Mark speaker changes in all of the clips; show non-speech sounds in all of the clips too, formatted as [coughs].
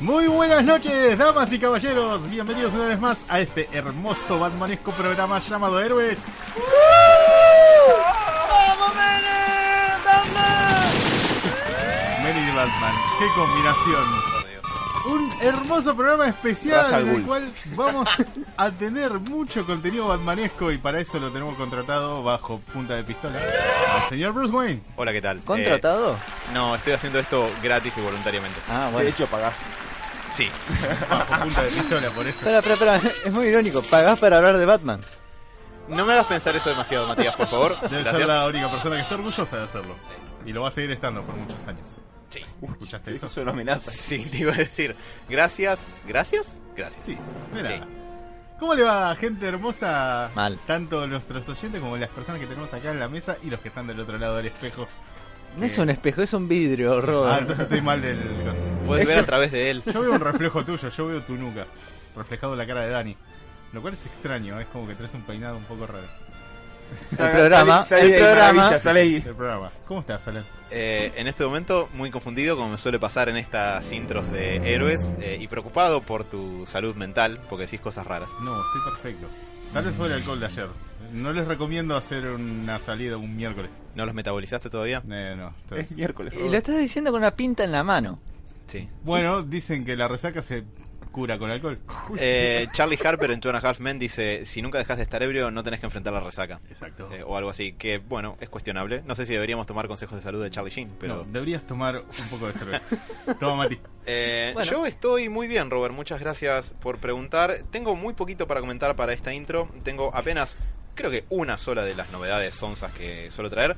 Speaker 1: Muy buenas noches, damas y caballeros. Bienvenidos una vez más a este hermoso batmanesco programa llamado Héroes. Mary y Batman, qué combinación. Un hermoso programa
Speaker 2: Ra's al
Speaker 1: especial en el
Speaker 2: Ghul.
Speaker 1: cual vamos a tener mucho contenido batmanesco y para eso lo tenemos contratado bajo punta de pistola al señor Bruce Wayne.
Speaker 3: Hola, ¿qué tal?
Speaker 2: ¿Contratado?
Speaker 3: Eh, no, estoy haciendo esto gratis y voluntariamente.
Speaker 2: ah, bueno. De hecho, pagás.
Speaker 3: Sí.
Speaker 1: Bajo punta de pistola, por eso.
Speaker 2: Espera, espera, espera. [laughs] Es muy irónico. Pagás para hablar de Batman.
Speaker 3: No me hagas pensar eso demasiado, Matías, por favor.
Speaker 1: Debe
Speaker 3: Gracias.
Speaker 1: ser la única persona que está orgullosa de hacerlo. Y lo va a seguir estando por muchos años.
Speaker 3: Sí.
Speaker 1: ¿Escuchaste eso?
Speaker 2: es una amenaza.
Speaker 3: Sí, te iba a decir. Gracias. ¿Gracias? Gracias.
Speaker 1: Sí, mira.
Speaker 3: Sí.
Speaker 1: ¿Cómo le va, gente hermosa?
Speaker 2: Mal.
Speaker 1: Tanto nuestros oyentes como las personas que tenemos acá en la mesa y los que están del otro lado del espejo. Eh,
Speaker 2: No
Speaker 3: Eh.
Speaker 2: es un espejo, es un vidrio,
Speaker 1: Ah,
Speaker 2: Robert.
Speaker 1: entonces estoy mal del. coso.
Speaker 3: Puedes ver a través de él.
Speaker 1: Yo veo un reflejo tuyo, yo veo tu nuca. Reflejado en la cara de Dani. Lo cual es extraño, ¿eh? es como que tenés un peinado un poco raro.
Speaker 2: El programa,
Speaker 4: Sale- sale
Speaker 2: Ah, el
Speaker 4: ahí,
Speaker 2: programa.
Speaker 4: maravilla, sale ahí.
Speaker 1: El programa. ¿Cómo estás, Alan?
Speaker 3: Eh, en este momento, muy confundido, como me suele pasar en estas intros de héroes, eh, y preocupado por tu salud mental, porque decís cosas raras.
Speaker 1: No, estoy perfecto. Tal vez fue el alcohol de ayer. No les recomiendo hacer una salida un miércoles. Eh,
Speaker 3: ¿No los metabolizaste todavía?
Speaker 1: No, no. estoy-
Speaker 4: Es miércoles.
Speaker 2: Y lo estás diciendo con una pinta en la mano.
Speaker 3: Sí.
Speaker 1: Bueno, dicen que la resaca se cura con alcohol.
Speaker 3: Eh, Charlie Harper en Two and a Half Men dice: Si nunca dejas de estar ebrio, no tenés que enfrentar la resaca.
Speaker 1: Exacto.
Speaker 3: Eh, o algo así, que bueno, es cuestionable. No sé si deberíamos tomar consejos de salud de Charlie Sheen, pero...
Speaker 1: No, deberías tomar un poco de
Speaker 3: [laughs]
Speaker 1: cerveza. Toma, Mati.
Speaker 3: Eh,
Speaker 2: Bueno.
Speaker 3: Yo estoy muy bien, Robert, muchas gracias por preguntar. Tengo muy poquito para comentar para esta intro, tengo apenas, creo que una sola de las novedades sonzas que suelo traer.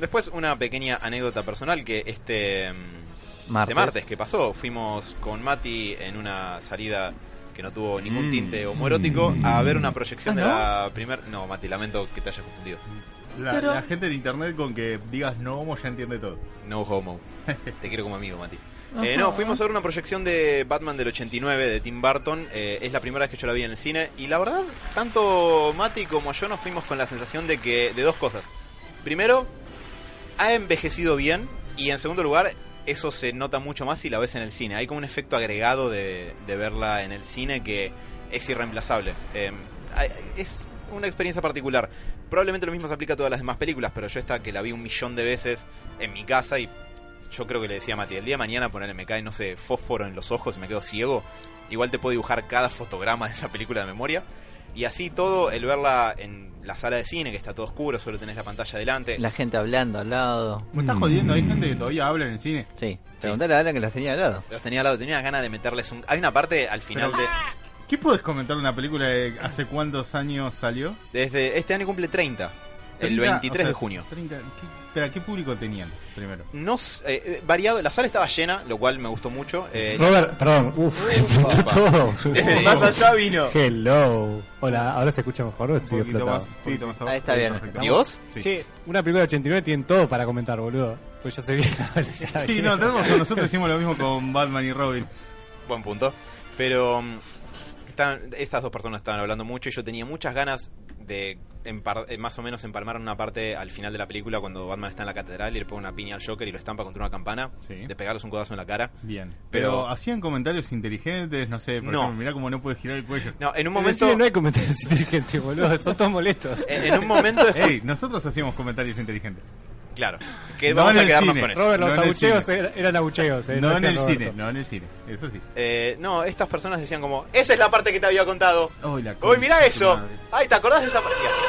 Speaker 3: Después una pequeña anécdota personal que este... mm,
Speaker 2: Martes.
Speaker 3: De martes que pasó, fuimos con Mati en una salida que no tuvo ningún
Speaker 4: Mm.
Speaker 3: tinte homoerótico a ver una proyección
Speaker 2: ¿Ah,
Speaker 3: de
Speaker 2: no?
Speaker 3: la primer... No, Mati, lamento que te hayas confundido.
Speaker 1: La,
Speaker 2: Pero-
Speaker 1: la gente en internet con que digas no homo ya entiende todo.
Speaker 3: No homo. Te quiero como amigo, Mati. Eh, no, fuimos a ver una proyección de Batman del 89 de Tim Burton. Eh, es la primera vez que yo la vi en el cine. Y la verdad, tanto Mati como yo nos fuimos con la sensación de que. de dos cosas. Primero, ha envejecido bien. Y en segundo lugar, eso se nota mucho más si la ves en el cine. Hay como un efecto agregado de, de verla en el cine que es irreemplazable. Eh, hay- es una experiencia particular. Probablemente lo mismo se aplica a todas las demás películas, pero yo esta que la vi un millón de veces en mi casa y yo creo que le decía a Mati, el día de mañana ponerle me cae, no sé, fósforo en los ojos y me quedo ciego, igual te puedo dibujar cada fotograma de esa película de memoria. Y así todo, el verla en la sala de cine, que está todo oscuro, solo tenés la pantalla delante.
Speaker 2: La gente hablando al lado.
Speaker 1: Me estás jodiendo, hay gente que todavía habla en el cine.
Speaker 2: Sí. Preguntale a Alan que las tenía al lado.
Speaker 3: Los tenía al lado, tenía ganas de meterles un... Hay una parte al final
Speaker 1: Pero-
Speaker 3: de...
Speaker 1: ¿Qué puedes comentar de una película de hace cuántos años salió?
Speaker 3: Desde este año cumple 30, el
Speaker 1: 30,
Speaker 3: 23
Speaker 1: o sea,
Speaker 3: de junio.
Speaker 1: 30, ¿qué, espera, ¿qué público tenían primero?
Speaker 3: No sé, eh, eh, variado, la sala estaba llena, lo cual me gustó mucho. eh,
Speaker 5: Robert, perdón, uff, [laughs] explotó todo.
Speaker 1: [laughs] Este,
Speaker 4: Más allá vino.
Speaker 5: Hello. Hola, ahora se escucha mejor,
Speaker 1: Un
Speaker 5: sigue
Speaker 1: poquito
Speaker 5: explotado.
Speaker 1: más, sí, más abajo.
Speaker 2: Ahí está bien.
Speaker 1: Perfecto.
Speaker 3: ¿Dios?
Speaker 1: Sí.
Speaker 5: Che, una película de 89 tienen todo para comentar, boludo. Pues ya se viene.
Speaker 1: Sí, no, tenemos, nosotros hicimos lo mismo con Batman y Robin.
Speaker 3: Buen punto. Pero mm, estaban- estas dos personas estaban hablando mucho y yo tenía muchas ganas de empar- eh, más o menos empalmar una parte al final de la película cuando Batman está en la catedral y le pone una piña al Joker y lo estampa contra una campana,
Speaker 1: Sí.
Speaker 3: de pegarles un codazo en la cara.
Speaker 1: Bien. Pero,
Speaker 3: Pero-
Speaker 1: hacían comentarios inteligentes, no sé, por
Speaker 3: No.
Speaker 1: ejemplo, mirá cómo no puedes girar el cuello.
Speaker 3: No, en un
Speaker 5: momento...
Speaker 3: momento...
Speaker 5: no hay comentarios [laughs] inteligentes, boludo. Son todos molestos.
Speaker 3: En en un momento...
Speaker 1: [laughs] Ey, nosotros hacíamos comentarios [laughs] inteligentes.
Speaker 3: Claro. Que
Speaker 1: No
Speaker 3: vamos
Speaker 1: en
Speaker 3: a
Speaker 1: el
Speaker 3: quedarnos
Speaker 1: cine,
Speaker 3: con eso.
Speaker 5: Robert, los
Speaker 1: No en el
Speaker 5: abucheos
Speaker 1: cine.
Speaker 5: er- eran abucheos. eh,
Speaker 1: no en
Speaker 5: hacía
Speaker 1: el
Speaker 5: Roberto.
Speaker 1: cine, no en el cine, eso sí.
Speaker 3: Eh, no, estas personas decían como... Esa es la parte que te había contado.
Speaker 1: Uy, la
Speaker 3: ¡Uy, mira
Speaker 1: concha de tu
Speaker 3: eso!
Speaker 1: madre.
Speaker 3: ¡Ay, ¿te acordás de esa parte? Y así.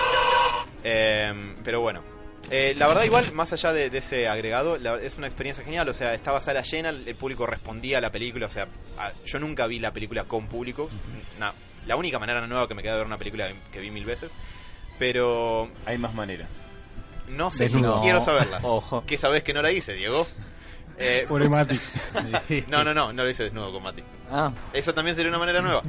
Speaker 3: Eh, pero bueno, Eh, la verdad, igual, más allá de, de ese agregado, la- es una experiencia genial. O sea, estaba sala llena, el el público respondía a la película. O sea, a- yo nunca vi la película con público. Na- la única manera nueva que me queda de ver una película que vi mil veces. Pero
Speaker 4: Hay más maneras.
Speaker 3: no sé si
Speaker 2: Desnudo. No.
Speaker 3: quiero saberlas.
Speaker 2: Ojo.
Speaker 3: Que sabes que no la hice, Diego. Eh,
Speaker 5: Pobre Mati.
Speaker 3: no, no, no, no lo hice desnudo con Mati.
Speaker 2: Ah,
Speaker 3: Eso también sería una manera nueva.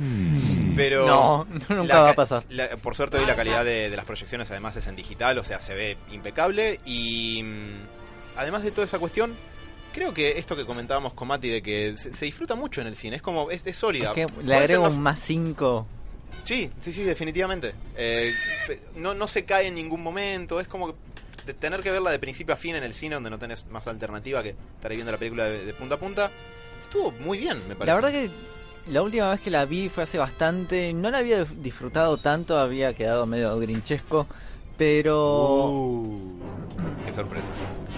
Speaker 3: Pero.
Speaker 2: Mm. No, [laughs] nunca
Speaker 3: la
Speaker 2: va a
Speaker 3: ca-
Speaker 2: pasar.
Speaker 3: la- por suerte, hoy la calidad de, de las proyecciones, además, es en digital, o sea, se ve impecable. Y. mm, Además de toda esa cuestión, creo que esto que comentábamos con Mati de que se, se disfruta mucho en el cine, es como. Es, es sólida.
Speaker 2: es que
Speaker 3: Pueden
Speaker 2: le
Speaker 3: ser
Speaker 2: agrego
Speaker 3: los-
Speaker 2: un más 5.
Speaker 3: Sí, sí, sí, definitivamente. Eh, pe- no, no se cae en ningún momento, es como que de tener que verla de principio a fin en el cine, donde no tenés más alternativa que estar ahí viendo la película de, de punta a punta. Estuvo muy bien, me parece.
Speaker 2: La verdad que la última vez que la vi fue hace bastante. No la había disfrutado tanto, había quedado medio grinchesco.
Speaker 3: Uh.
Speaker 2: Pero.
Speaker 3: Qué sorpresa.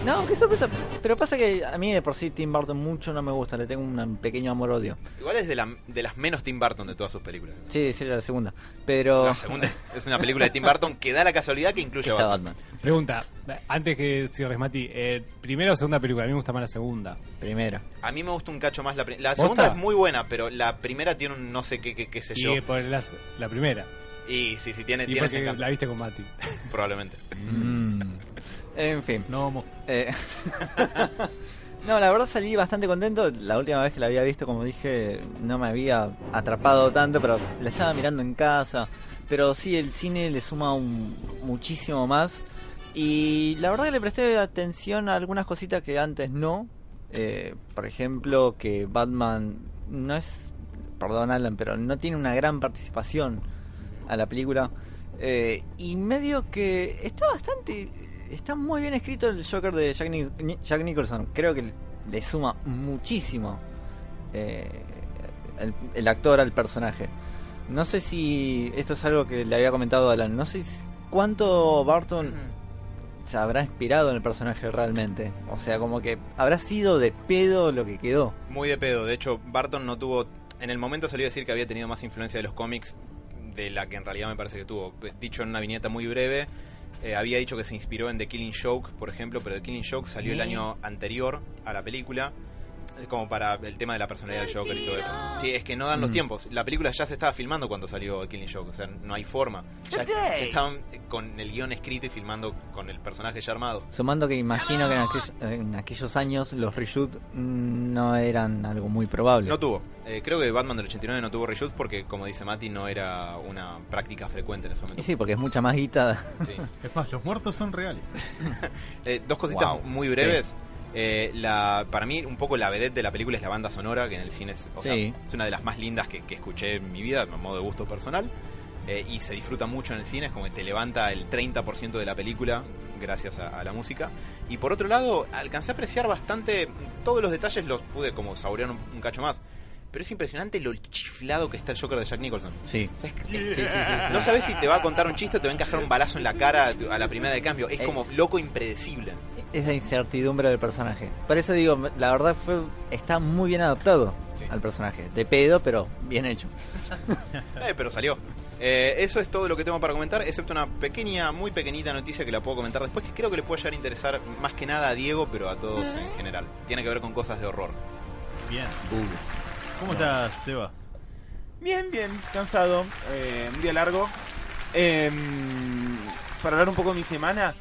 Speaker 2: No, qué sorpresa. Pero pasa que a mí de por sí Tim Burton mucho no me gusta. Le tengo un pequeño amor-odio.
Speaker 3: Igual es de, la- de las menos Tim Burton de todas sus películas.
Speaker 2: Sí, sí, era la segunda. Pero.
Speaker 3: La segunda es una película de Tim Burton que da la casualidad que incluye a
Speaker 2: Está
Speaker 3: Batman.
Speaker 2: Batman.
Speaker 5: Pregunta, antes que cierres Mati, eh, primera o segunda película, a mí me gusta más la segunda.
Speaker 2: Primera.
Speaker 3: A mí me gusta un cacho más la primera. La
Speaker 5: ¿Posta?
Speaker 3: segunda es muy buena, pero la primera tiene un no sé qué, qué, qué sé
Speaker 5: Y
Speaker 3: yo.
Speaker 5: eh, por las- la primera.
Speaker 3: Y sí, sí, tiene,
Speaker 5: Y
Speaker 3: tiene ese
Speaker 5: porque
Speaker 3: encanto,
Speaker 5: la viste con Mati.
Speaker 3: probablemente.
Speaker 2: Mm. En fin.
Speaker 5: No, mo-
Speaker 2: Eh, [laughs] no, la verdad salí bastante contento. La última vez que la había visto, como dije, no me había atrapado tanto, pero la estaba mirando en casa. Pero sí, el cine le suma un, muchísimo más. Y la verdad que le presté atención a algunas cositas que antes no. Eh, por ejemplo, que Batman no es, perdón Alan, pero no tiene una gran participación a la película. Eh, y medio que está bastante. Está muy bien escrito el Joker de Jack, Ni- Ni- Jack Nicholson. Creo que le suma muchísimo eh, el, el actor al personaje. No sé si. Esto es algo que le había comentado a Alan. No sé si- cuánto Barton se habrá inspirado en el personaje realmente. O sea, como que habrá sido de pedo lo que quedó.
Speaker 3: Muy de pedo. De hecho, Barton no tuvo. En el momento salió a decir que había tenido más influencia de los cómics de la que en realidad me parece que tuvo. Dicho en una viñeta muy breve, eh, había dicho que se inspiró en The Killing Joke, por ejemplo, pero The Killing Joke salió el año anterior a la película. Es como para el tema de la personalidad del Joker y todo eso. Sí, es que no dan los tiempos. La película ya se estaba filmando cuando salió The Killing Joke, o sea, no hay forma. Ya, ya estaban eh, con el guión escrito y filmando con el personaje ya armado.
Speaker 2: Sumando que imagino que en, aquello- en aquellos años los reshoot mm, no eran algo muy probable.
Speaker 3: No tuvo. Eh, creo que Batman del 89 no tuvo reshoot porque, como dice Mati, no era una práctica frecuente en ese
Speaker 2: Y
Speaker 3: momento.
Speaker 2: sí, porque es mucha más guita.
Speaker 3: Sí.
Speaker 1: Es más, los muertos son reales.
Speaker 3: Eh, dos cositas
Speaker 2: Wow.
Speaker 3: muy breves. Eh, la, para mí, un poco la vedette de la película es la banda sonora, que en el cine es, o sea,
Speaker 2: Sí.
Speaker 3: es una de las más lindas que, que escuché en mi vida, a modo de gusto personal. Eh, y se disfruta mucho en el cine, es como que te levanta el 30% de la película gracias a, a la música. Y por otro lado, alcancé a apreciar bastante, todos los detalles los pude como saborear un, un cacho más. Pero es impresionante lo chiflado que está el Joker de Jack Nicholson.
Speaker 2: Sí.
Speaker 3: O sea, es que- [laughs] No sabes si te va a contar un chiste o te va a encajar un balazo en la cara a la primera de cambio. Es
Speaker 2: Eh.
Speaker 3: como loco impredecible.
Speaker 2: Esa incertidumbre del personaje. Por eso digo, la verdad fue está muy bien adaptado al personaje. De pedo, pero bien hecho.
Speaker 3: Eh, pero salió. Eh, eso es todo lo que tengo para comentar, excepto una pequeña, muy pequeñita noticia que la puedo comentar después, que creo que le puede llegar a interesar más que nada a Diego, pero a todos en general. Tiene que ver con cosas de horror.
Speaker 1: [laughs] Bien. ¿Cómo estás, Sebas?
Speaker 4: Bien, bien, cansado. eh, un día largo. Em, para hablar un poco de mi semana,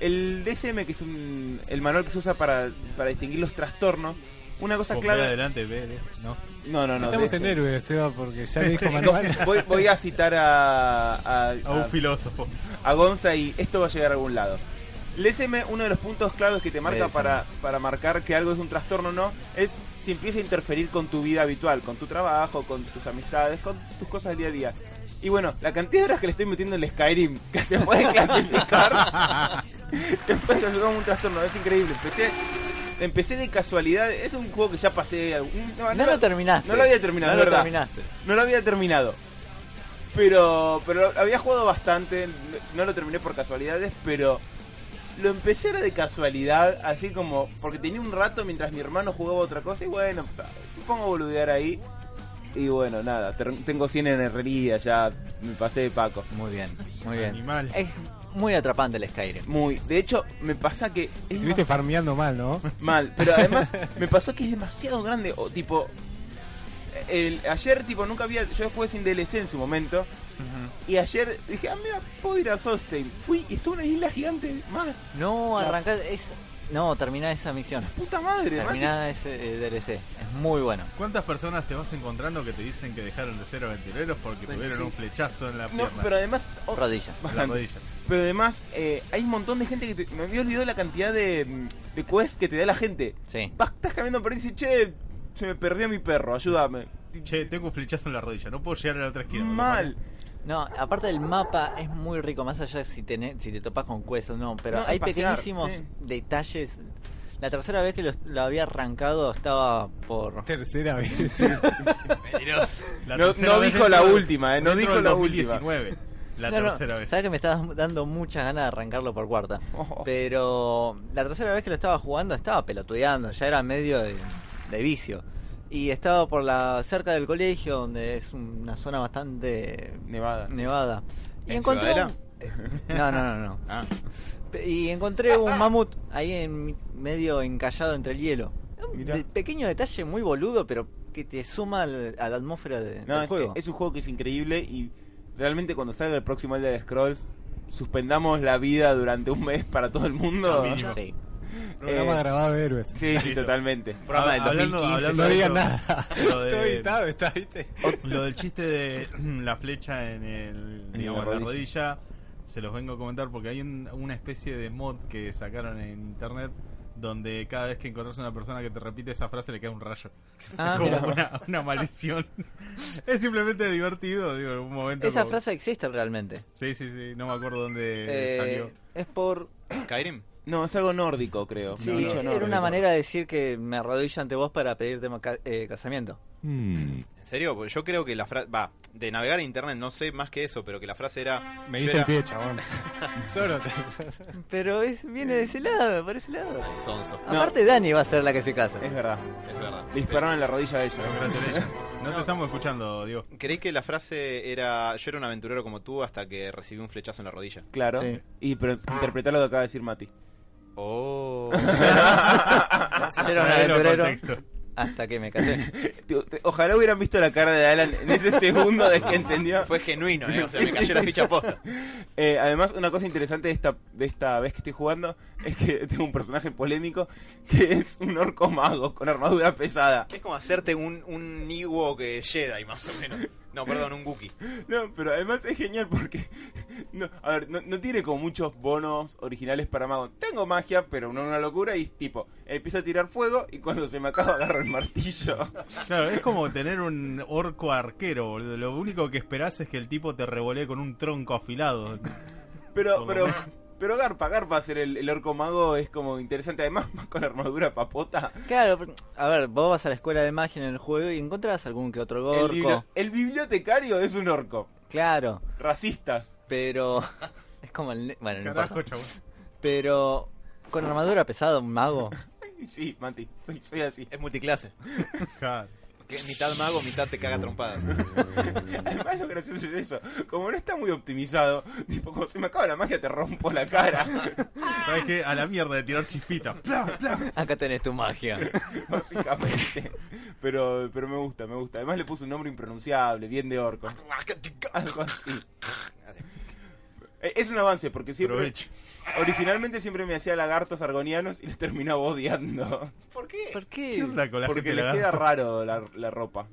Speaker 4: el DSM, que es un, el manual que se usa para, para distinguir los trastornos, una cosa
Speaker 1: Vos, ve
Speaker 4: clara.
Speaker 1: adelante, ve, ve. No.
Speaker 4: No, no, no.
Speaker 5: estamos en
Speaker 4: DSM.
Speaker 5: héroes, Seba, porque
Speaker 3: [laughs]
Speaker 5: ya le dijo Manuel.
Speaker 4: Voy, voy a citar a, a,
Speaker 1: A un
Speaker 4: a-
Speaker 1: filósofo.
Speaker 4: a Gonza y esto va a llegar a algún lado. El DSM, uno de los puntos claros que te marca
Speaker 2: DSM.
Speaker 4: para, para marcar que algo es un trastorno o no, es si empieza a interferir con tu vida habitual, con tu trabajo, con tus amistades, con tus cosas del día a día. Y bueno, la cantidad de horas que le estoy metiendo en el Skyrim, que se
Speaker 2: [laughs]
Speaker 4: puede clasificar, [laughs] se puede clasificar como un trastorno, es increíble. Empecé, empecé de casualidad, este es un juego que ya pasé... algún-
Speaker 2: No, lo terminaste.
Speaker 4: Ah, No lo había terminado,
Speaker 2: No lo
Speaker 4: es verdad.
Speaker 2: terminaste.
Speaker 4: no lo había terminado. Pero, pero lo había jugado bastante, no lo terminé por casualidades, pero lo empecé era de casualidad, así como, porque tenía un rato mientras mi hermano jugaba otra cosa y bueno, ta, me pongo a boludear ahí. Y bueno, nada, ter- tengo 100 en herrería, ya me pasé de Paco.
Speaker 2: Muy bien, muy bien.
Speaker 1: Animal.
Speaker 2: Es muy atrapante el Skyrim.
Speaker 4: Muy. De hecho, me pasa que. es
Speaker 5: Estuviste
Speaker 4: más-
Speaker 5: farmeando
Speaker 3: [laughs]
Speaker 5: mal, ¿no?
Speaker 4: mal. Pero además, me pasó que es demasiado grande. O tipo. El, ayer, tipo, nunca había. Yo jugué sin DLC en su momento. Y ayer dije, ah, mira, puedo ir a Solstheim. Fui y estuve en una isla gigante más.
Speaker 2: No,
Speaker 4: La-
Speaker 2: arrancar es no, terminá esa misión.
Speaker 4: Puta madre, man.
Speaker 2: Terminá ese eh, DLC, es muy bueno.
Speaker 1: ¿Cuántas personas te vas encontrando que te dicen que dejaron de ser aventureros porque tuvieron un flechazo en la
Speaker 4: No,
Speaker 1: pierna?
Speaker 4: pero además. oh,
Speaker 2: Rodilla.
Speaker 1: en la
Speaker 4: bastante.
Speaker 1: rodilla.
Speaker 4: Pero además, eh, hay un montón de gente que te- me había olvidado la cantidad de, mm, de quests que te da la gente.
Speaker 2: Sí.
Speaker 4: Vas, estás caminando por ahí y dices, che, se me perdió mi perro, ayúdame.
Speaker 1: Che, tengo un flechazo en la rodilla, no puedo llegar a la otra esquina.
Speaker 4: Mal.
Speaker 2: No, aparte del mapa es muy rico, más allá de si, tenés- si te topas con quests o no, pero
Speaker 4: No, y
Speaker 2: hay
Speaker 4: pasear,
Speaker 2: pequeñísimos
Speaker 4: sí.
Speaker 2: detalles. La tercera vez que lo, lo había arrancado estaba por...
Speaker 5: Tercera [laughs] vez.
Speaker 3: Mentiroso.
Speaker 1: La
Speaker 4: No-
Speaker 1: tercera
Speaker 4: no
Speaker 1: vez
Speaker 4: dijo la
Speaker 1: dentro-
Speaker 4: última, eh, no
Speaker 1: dentro
Speaker 4: dijo
Speaker 1: del
Speaker 4: la
Speaker 1: 2019, La
Speaker 2: No, no,
Speaker 1: tercera vez.
Speaker 2: Sabes que me estaba dando muchas ganas de arrancarlo por cuarta.
Speaker 4: Oh.
Speaker 2: Pero la tercera vez que lo estaba jugando estaba pelotudeando, ya era medio de, de vicio. Y estaba por la cerca del colegio, donde es una zona bastante
Speaker 4: Nevada.
Speaker 2: nevada. Y
Speaker 3: ¿En
Speaker 2: encontré
Speaker 3: Ciudadela?
Speaker 2: un- [laughs] No, no, no, no.
Speaker 3: Ah,
Speaker 2: Pe- Y encontré un mamut ahí en medio encallado entre el hielo. Un
Speaker 4: Mirá.
Speaker 2: de- pequeño detalle muy boludo, pero que te suma al- a la atmósfera de-
Speaker 4: No,
Speaker 2: del
Speaker 4: es,
Speaker 2: juego.
Speaker 4: es un juego que es increíble y realmente cuando salga el próximo Elder Scrolls, suspendamos la vida durante un mes para todo el mundo.
Speaker 1: Chao,
Speaker 4: [laughs]
Speaker 1: mínimo.
Speaker 2: Ah, Sí.
Speaker 5: Programa
Speaker 4: Eh,
Speaker 5: grabado de héroes.
Speaker 4: Sí, sí, totalmente.
Speaker 3: programa del
Speaker 1: Hablando- hablando
Speaker 3: 2015.
Speaker 1: de-
Speaker 5: No
Speaker 3: ¿sabes?
Speaker 5: digan nada.
Speaker 1: Lo de-
Speaker 5: Todo editado, está, ¿viste?
Speaker 1: Lo del chiste de [clears throat] la flecha en el, digamos,
Speaker 4: la
Speaker 1: en la rodilla, se los vengo a comentar porque hay un- una especie de mod que sacaron en internet donde cada vez que encontrás a una persona que te repite esa frase le cae un rayo.
Speaker 2: Ah,
Speaker 1: es como
Speaker 2: mira.
Speaker 1: una, una maldición. [laughs] es simplemente divertido, digo, en un momento.
Speaker 2: Esa
Speaker 1: como-
Speaker 2: frase existe realmente.
Speaker 1: Sí, sí, sí, no me acuerdo dónde
Speaker 2: Eh,
Speaker 1: salió.
Speaker 2: es por.
Speaker 3: Skyrim.
Speaker 4: No, es algo nórdico, creo.
Speaker 2: Sí,
Speaker 4: Dicho
Speaker 2: era
Speaker 4: nórdico.
Speaker 2: una manera de decir que me arrodillo ante vos para pedirte ma- ca- eh, casamiento.
Speaker 3: ¿En serio? Porque yo creo que la frase. Va, de navegar en internet no sé más que eso, pero que la frase era.
Speaker 5: Me
Speaker 3: yo
Speaker 5: hice
Speaker 3: era-
Speaker 5: el pie, chabón. [laughs] Solo. te-
Speaker 2: Pero es viene de ese lado, por ese lado.
Speaker 3: Ay, sonso.
Speaker 4: No.
Speaker 2: Aparte, Dani va a ser la que se
Speaker 4: [laughs]
Speaker 2: casa.
Speaker 4: Es verdad.
Speaker 3: Es verdad.
Speaker 4: Le dispararon en la rodilla
Speaker 3: [laughs]
Speaker 4: a ella.
Speaker 1: Congratulations. No te estamos escuchando, Diego.
Speaker 3: Creí que la frase era yo era un aventurero como tú hasta que recibí un flechazo en la rodilla.
Speaker 4: Claro.
Speaker 2: Sí.
Speaker 4: Y pero, interpretar lo que acaba de decir Mati.
Speaker 3: [laughs] Oh. Ah,
Speaker 2: Era un
Speaker 1: Verdadero
Speaker 2: aventurero
Speaker 1: contexto.
Speaker 2: hasta que me casé.
Speaker 4: Tío, te- Ojalá hubieran visto la cara de Alan
Speaker 2: [laughs]
Speaker 4: en ese segundo de que entendió.
Speaker 3: Fue genuino, ¿eh? O sea,
Speaker 4: Sí,
Speaker 3: me
Speaker 4: sí,
Speaker 3: cayó la
Speaker 4: sí.
Speaker 3: ficha posta.
Speaker 4: Eh, además, una cosa interesante de esta, de esta vez que estoy jugando es que [laughs] tengo un personaje polémico que es un orco mago con armadura pesada.
Speaker 3: Es como hacerte un, un que Jedi, más o menos. No, perdón, un Wookiee.
Speaker 4: No, pero además es genial porque. [laughs] No, a ver, no, no tiene como muchos bonos originales para mago. Tengo magia, pero no una locura y tipo, empiezo a tirar fuego y cuando se me acaba agarro el martillo. [laughs]
Speaker 1: Claro, es como tener un orco arquero, boludo. Lo único que esperás es que el tipo te revolee con un tronco afilado.
Speaker 4: Pero,
Speaker 1: Por lo
Speaker 4: pero,
Speaker 1: menos.
Speaker 4: pero Garpa, Garpa ser el, el orco mago es como interesante. Además, [laughs] con armadura papota.
Speaker 2: Claro, pero- a ver, vos vas a la escuela de magia en el juego y encontrás algún que otro
Speaker 4: El,
Speaker 2: gorco.
Speaker 4: bibli- el bibliotecario es un orco.
Speaker 2: Claro,
Speaker 4: Racistas.
Speaker 2: pero. [laughs] Es como el. ne- Bueno, no
Speaker 1: Carajo,
Speaker 2: importa.
Speaker 1: chabón.
Speaker 2: Pero. Con armadura pesada, un mago. [laughs]
Speaker 4: Sí, Mati, soy, soy así.
Speaker 3: Es multiclase.
Speaker 1: Ja.
Speaker 3: Que es mitad mago, mitad te caga a
Speaker 4: [laughs]
Speaker 3: trompadas.
Speaker 4: Además, lo gracioso es eso. Como no está muy optimizado, [laughs] tipo, cuando se me acaba la magia, te rompo la cara.
Speaker 1: ¿Sabes qué? A la mierda de tirar chispitas. Pla, pla.
Speaker 2: Acá tenés tu magia.
Speaker 4: [laughs] Básicamente. Pero, pero me gusta, me gusta. Además, le puse un nombre impronunciable, bien de orco. [laughs]
Speaker 3: Ah,
Speaker 1: [laughs]
Speaker 4: Algo así. Eh, Es un avance, porque siempre.
Speaker 1: Aprovecho.
Speaker 4: Originalmente siempre me hacía lagartos argonianos y los terminaba odiando.
Speaker 3: ¿Por qué?
Speaker 2: ¿Por qué?
Speaker 1: ¿Qué onda
Speaker 4: [laughs]
Speaker 1: con la
Speaker 4: Porque
Speaker 1: gente
Speaker 4: les
Speaker 1: lagarto?
Speaker 4: queda raro la, la ropa.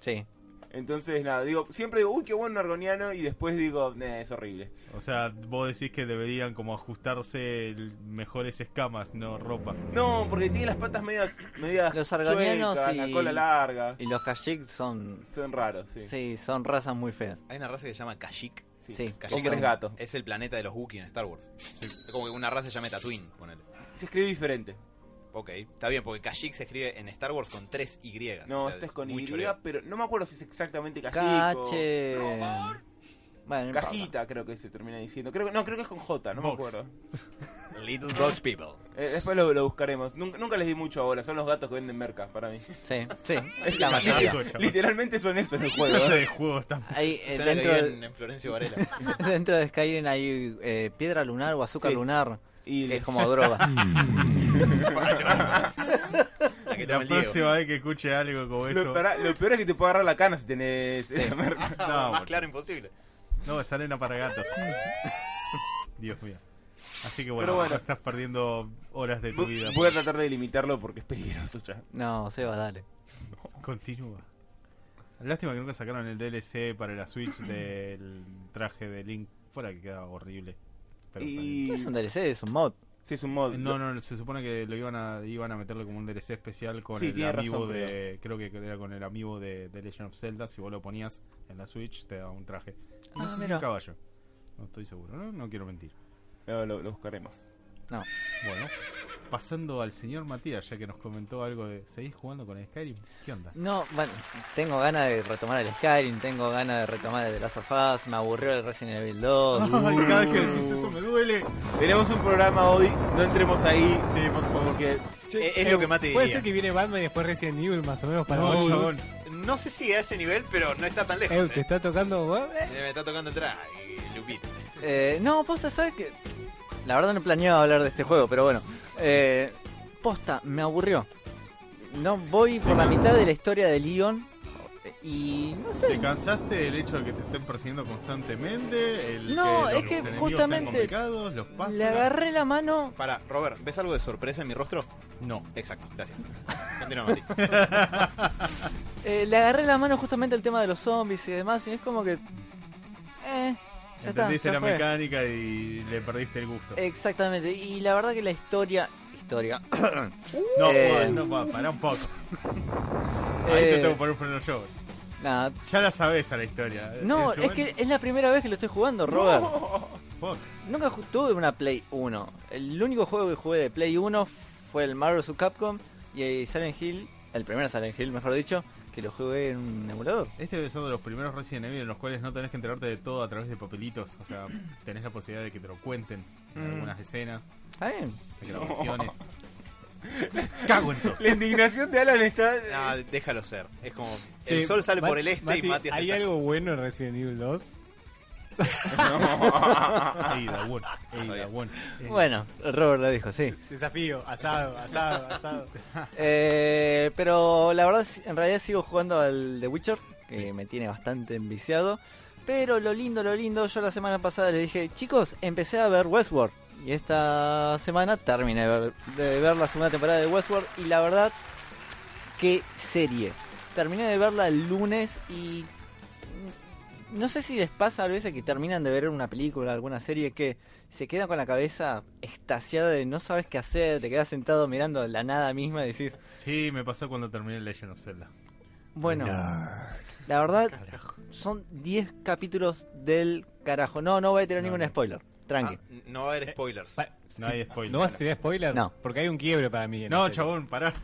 Speaker 2: Sí.
Speaker 4: Entonces, nada, digo, siempre digo, uy, qué bueno argoniano, y después digo, "Nah, es horrible.
Speaker 1: O sea, vos decís que deberían como ajustarse el- mejores escamas, no ropa.
Speaker 4: No, porque tiene las patas medias, medias
Speaker 2: Los argonianos
Speaker 4: chuecas,
Speaker 2: y-
Speaker 4: la cola larga.
Speaker 2: Y los Kashyyyk son.
Speaker 4: Son raros, sí.
Speaker 2: Sí. son razas muy feas.
Speaker 3: Hay una raza que se llama Kashyyyk.
Speaker 4: Sí.
Speaker 2: sí.
Speaker 4: Vos
Speaker 3: Kashyyyk
Speaker 4: tenés gato.
Speaker 3: Es el planeta de los Wookiee en Star Wars. Es como que una raza se llama Tatooine, ponele.
Speaker 4: Se escribe diferente.
Speaker 3: Ok, está bien, porque Kashyyyk se escribe en Star Wars con tres Y. O
Speaker 4: No,
Speaker 3: sea,
Speaker 4: este es con
Speaker 3: muy
Speaker 4: Y,
Speaker 3: choreo.
Speaker 4: pero no me acuerdo si es exactamente cachico.
Speaker 2: Cache. Bueno, no importa.
Speaker 4: Cajita creo que se termina diciendo. Creo que, no, creo que es con J, no
Speaker 1: Box.
Speaker 4: me acuerdo.
Speaker 3: Little Box People.
Speaker 4: Eh, después lo, lo buscaremos. Nunca, nunca les di mucho ahora, son los gatos que venden merca para
Speaker 1: [laughs]
Speaker 4: mí.
Speaker 2: Sí, sí.
Speaker 4: Es
Speaker 2: La
Speaker 4: que
Speaker 2: mayoría.
Speaker 4: literal- Literalmente son
Speaker 1: [laughs]
Speaker 4: eso en el
Speaker 1: ¿Qué
Speaker 4: juego.
Speaker 1: clase
Speaker 4: ¿eh?
Speaker 1: de juego está?
Speaker 2: Ahí, eh,
Speaker 3: Suena que
Speaker 2: dentro,
Speaker 3: viven en Florencio Varela.
Speaker 2: del- [laughs] dentro de Skyrim hay eh, piedra lunar o azúcar
Speaker 4: Sí.
Speaker 2: lunar.
Speaker 4: Y
Speaker 2: que es como droga.
Speaker 3: La que
Speaker 1: La
Speaker 3: toma el Diego.
Speaker 1: próxima vez que escuche algo como eso.
Speaker 4: Lo, pará, lo peor es que te puede agarrar la cana si tenés esa merca.
Speaker 1: [laughs] No,
Speaker 3: Ah, más
Speaker 1: boludo.
Speaker 3: claro imposible.
Speaker 1: No, es arena para gatos. [laughs] Dios mío. Así que bueno,
Speaker 4: Pero bueno.
Speaker 1: ya estás perdiendo horas de tu vida. pues.
Speaker 4: Voy a tratar de limitarlo porque es peligroso ya.
Speaker 2: No, Seba, dale.
Speaker 1: Continúa. Lástima que nunca sacaron el DLC para la
Speaker 4: [clears throat]
Speaker 1: Switch del traje de Link. Fuera que quedaba horrible. Pero
Speaker 4: Y...
Speaker 1: salió. Eh,
Speaker 2: Es un DLC, es un mod.
Speaker 4: Sí, es un mod.
Speaker 1: No, no, se supone que lo iban a iban a meterle como un DLC especial con
Speaker 4: Sí,
Speaker 1: el
Speaker 4: tiene
Speaker 1: amiibo
Speaker 4: razón,
Speaker 1: de creo. que era con el amiibo de, de Legend of Zelda, si vos lo ponías en la Switch te daba un traje. No
Speaker 2: Ah,
Speaker 1: sé si
Speaker 2: mira.
Speaker 1: un caballo. No estoy seguro, no, no quiero mentir.
Speaker 4: No, lo, lo buscaremos.
Speaker 2: No.
Speaker 1: Bueno, pasando al señor Matías, ya que nos comentó algo de. ¿Seguís jugando con el Skyrim? ¿Qué onda?
Speaker 2: No, bueno, tengo ganas de retomar el Skyrim, tengo ganas de retomar el The Last of Us, me aburrió el Resident Evil [laughs] 2.
Speaker 1: Ay, cada vez que decís eso me duele.
Speaker 4: Tenemos un programa hoy, no entremos ahí. Sí, por favor. Que...
Speaker 3: Eh, es lo que Mati
Speaker 5: Puede
Speaker 3: diría.
Speaker 5: ser que viene Batman y después Resident Evil, más o menos, para
Speaker 1: No,
Speaker 5: vos,
Speaker 1: chabón.
Speaker 5: Luz.
Speaker 3: No sé si a ese nivel, pero no está tan lejos.
Speaker 5: Eh, te
Speaker 3: eh.
Speaker 5: está tocando. vos, eh.
Speaker 3: Eh, Me está tocando atrás, y Lupita.
Speaker 2: Eh, no, posta, ¿sabes que La verdad no planeaba hablar de este juego, pero bueno. Eh, posta, me aburrió. No voy por la mitad de la historia de Leon y no sé.
Speaker 1: ¿Te cansaste del hecho de que te estén persiguiendo constantemente? El
Speaker 2: No,
Speaker 1: que
Speaker 2: es que
Speaker 1: los enemigos
Speaker 2: justamente
Speaker 1: sean complicados, los pasos.
Speaker 2: Le agarré la mano.
Speaker 3: Para, Robert, ¿ves algo de sorpresa en mi rostro?
Speaker 1: No.
Speaker 3: Exacto, [laughs] gracias. Continúa, Mati.
Speaker 2: eh, le agarré la mano justamente al tema de los zombies y demás. Y es como que. Eh, ya está.
Speaker 1: Entendiste
Speaker 2: ya
Speaker 1: la
Speaker 2: fue. Eh,
Speaker 1: mecánica y le perdiste el gusto.
Speaker 2: Exactamente. Y la verdad que la historia. Historia. [coughs]
Speaker 1: no,
Speaker 2: eh,
Speaker 1: joder, no, pa- pará un poco. Ahí te
Speaker 2: Eh,
Speaker 1: tengo que poner un freno yo.
Speaker 2: nada.
Speaker 1: Ya la sabes a la historia.
Speaker 2: No,
Speaker 1: En su
Speaker 2: es que
Speaker 1: momento-
Speaker 2: es la primera vez que lo estoy jugando, Robert.
Speaker 1: Fuck.
Speaker 2: Nunca ju- tuve una Play 1. El único juego que jugué de Play 1 fue el Marvel vs. Capcom y el Silent Hill, el primer Silent Hill, mejor dicho, que lo jugué en un emulador.
Speaker 1: Este debe ser de los primeros Resident Evil en los cuales no tenés que enterarte de todo a través de papelitos. O sea, tenés la posibilidad de que te lo cuenten en
Speaker 4: Mm.
Speaker 1: algunas escenas,
Speaker 2: Está bien.
Speaker 1: en grabaciones. [laughs] Cago en todo.
Speaker 4: La indignación de Alan está...
Speaker 1: Ah,
Speaker 3: No, déjalo ser. Es como.
Speaker 5: Sí,
Speaker 3: el sol sale
Speaker 5: Mat-
Speaker 3: por el este
Speaker 5: Mati,
Speaker 3: y Mati hace
Speaker 5: ¿Hay
Speaker 3: tal.
Speaker 5: algo bueno en Resident Evil 2?
Speaker 1: Ey, la buena, ey, la buena. Ey.
Speaker 2: Bueno, Robert lo dijo, sí.
Speaker 5: Desafío, asado, asado,
Speaker 3: [laughs]
Speaker 5: asado.
Speaker 2: Eh, pero la verdad, en realidad sigo jugando al The Witcher, que me tiene bastante enviciado. Pero lo lindo, lo lindo, yo la semana pasada les dije, chicos, empecé a ver Westworld. Y esta semana terminé de ver, de ver la segunda temporada de Westworld. Y la verdad, qué serie. Terminé de verla el lunes y... No sé si les pasa a veces que terminan de ver una película, alguna serie que se quedan con la cabeza extasiada de no sabes qué hacer, te quedas sentado mirando la nada misma y decís,
Speaker 1: Sí, me pasó cuando terminé Legend of Zelda.
Speaker 2: bueno, la verdad son 10 capítulos del carajo. No, no voy a tirar
Speaker 1: No,
Speaker 2: ningún
Speaker 1: no.
Speaker 2: spoiler, tranqui.
Speaker 3: Ah, no va a haber spoilers.
Speaker 5: Pa-
Speaker 1: No hay spoiler.
Speaker 5: ¿No vas a tirar spoiler?
Speaker 2: No.
Speaker 5: Porque hay un quiebre para mí. en la
Speaker 1: No,
Speaker 5: serie.
Speaker 1: chabón, pará.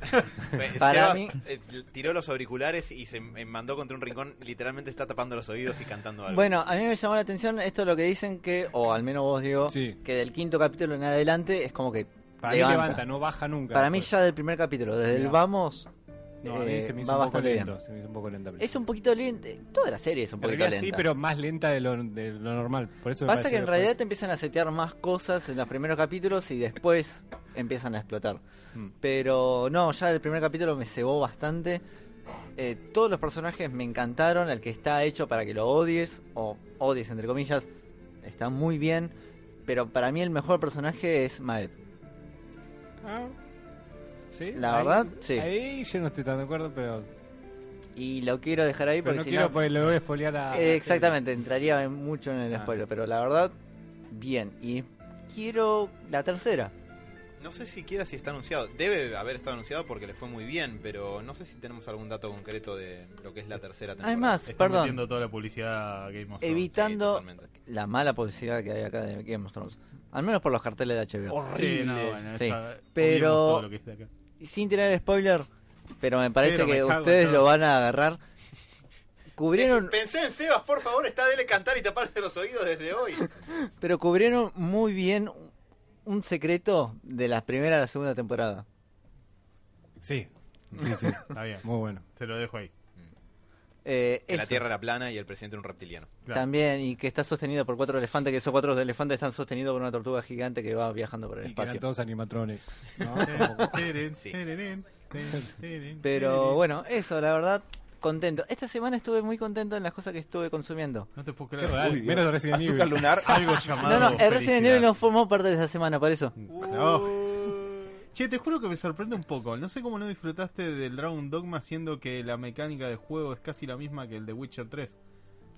Speaker 3: Eh,
Speaker 2: Para
Speaker 3: Sebas,
Speaker 2: mí-
Speaker 3: eh, tiró los auriculares y se eh, mandó contra un rincón. Literalmente está tapando los oídos y cantando algo.
Speaker 2: Bueno, a mí me llamó la atención esto es lo que dicen que, o al menos vos digo,
Speaker 5: Sí.
Speaker 2: que del quinto capítulo en adelante es como que
Speaker 5: Para
Speaker 2: levanta.
Speaker 5: mí levanta, no baja nunca.
Speaker 2: Para mí
Speaker 5: después.
Speaker 2: ya del primer capítulo, desde el
Speaker 5: Mirá.
Speaker 2: vamos,
Speaker 5: No, a mí
Speaker 2: eh,
Speaker 5: se me hizo
Speaker 2: va
Speaker 5: un poco
Speaker 2: bastante bien.
Speaker 5: lento. Se me hizo un poco lento.
Speaker 2: Es un poquito lento, toda la serie es un
Speaker 5: En
Speaker 2: poquito
Speaker 5: realidad
Speaker 2: lenta.
Speaker 5: sí, pero más lenta de lo, de lo normal. Por eso me
Speaker 2: Pasa
Speaker 5: parece
Speaker 2: que en
Speaker 5: fue-
Speaker 2: realidad te empiezan a setear más cosas en los primeros capítulos y después empiezan a explotar.
Speaker 5: Mm.
Speaker 2: Pero no, ya el primer capítulo me cebó bastante. Eh, todos los personajes me encantaron. El que está hecho para que lo odies, o odies entre comillas, está muy bien. Pero para mí el mejor personaje es Maed.
Speaker 5: Ah. Sí,
Speaker 2: La
Speaker 5: ahí-
Speaker 2: verdad, sí.
Speaker 5: Ahí yo no estoy tan de acuerdo, pero,
Speaker 2: Y lo quiero dejar ahí
Speaker 5: pero
Speaker 2: porque
Speaker 5: no
Speaker 2: si
Speaker 5: quiero
Speaker 2: no-
Speaker 5: porque le voy a espolear a.
Speaker 2: Eh, exactamente, entraría en- mucho en el
Speaker 5: Ah.
Speaker 2: spoiler. Pero la verdad, bien. Y quiero la tercera.
Speaker 3: No sé siquiera si está anunciado. Debe haber estado anunciado porque le fue muy bien, pero no sé si tenemos algún dato concreto de lo que es la tercera temporada.
Speaker 2: Además,
Speaker 1: Están
Speaker 2: Perdón.
Speaker 1: metiendo toda la publicidad a Game of Thrones.
Speaker 3: Sí,
Speaker 2: Evitando
Speaker 3: totalmente.
Speaker 2: la mala publicidad que hay acá de Game of Thrones. Al menos por los carteles de HBO.
Speaker 1: Sí, no, bueno,
Speaker 2: Sí,
Speaker 1: esa-
Speaker 2: pero-
Speaker 1: odiamos todo lo que es de acá.
Speaker 2: Y sin tirar spoiler, pero me parece
Speaker 1: Pero me
Speaker 2: que
Speaker 1: cago en
Speaker 2: ustedes
Speaker 1: todo.
Speaker 2: lo van
Speaker 1: [laughs]
Speaker 2: a agarrar.
Speaker 3: Eh,
Speaker 2: Cubrieron,
Speaker 3: Pensé en Sebas, por
Speaker 1: [laughs]
Speaker 3: favor, está dele cantar y taparse los oídos desde hoy.
Speaker 2: pero cubrieron muy bien un secreto de la primera a la segunda temporada.
Speaker 5: Sí. Sí, sí.
Speaker 1: Está bien.
Speaker 5: Muy bueno.
Speaker 1: Te lo dejo ahí.
Speaker 2: Eh,
Speaker 3: Que la
Speaker 2: eso.
Speaker 3: Tierra era plana y el presidente era un reptiliano.
Speaker 1: Claro.
Speaker 2: También, y que está sostenido por cuatro elefantes, que esos cuatro elefantes están sostenidos por una tortuga gigante que va viajando por el
Speaker 5: Y que eran
Speaker 2: espacio. [laughs]
Speaker 5: todos animatronics. ¿no?
Speaker 1: Teren,
Speaker 3: Sí.
Speaker 1: teren, teren, teren,
Speaker 2: Pero
Speaker 1: teren.
Speaker 2: bueno, eso, la verdad, contento. Esta semana estuve muy contento en las cosas que estuve consumiendo.
Speaker 1: No te puedo
Speaker 5: Qué
Speaker 1: creer.
Speaker 5: real.
Speaker 1: Uy,
Speaker 5: Menos Resident
Speaker 4: Azúcar
Speaker 1: [laughs]
Speaker 5: Evil.
Speaker 4: lunar.
Speaker 1: Algo llamado.
Speaker 2: No, no, eh, el Resident Evil
Speaker 1: felicidad.
Speaker 2: no formó parte de esa semana, por eso.
Speaker 5: Uh.
Speaker 1: Che, te juro que me sorprende un poco. No sé cómo no disfrutaste del Dragon Dogma, siendo que la mecánica de juego es casi la misma que el de Witcher 3.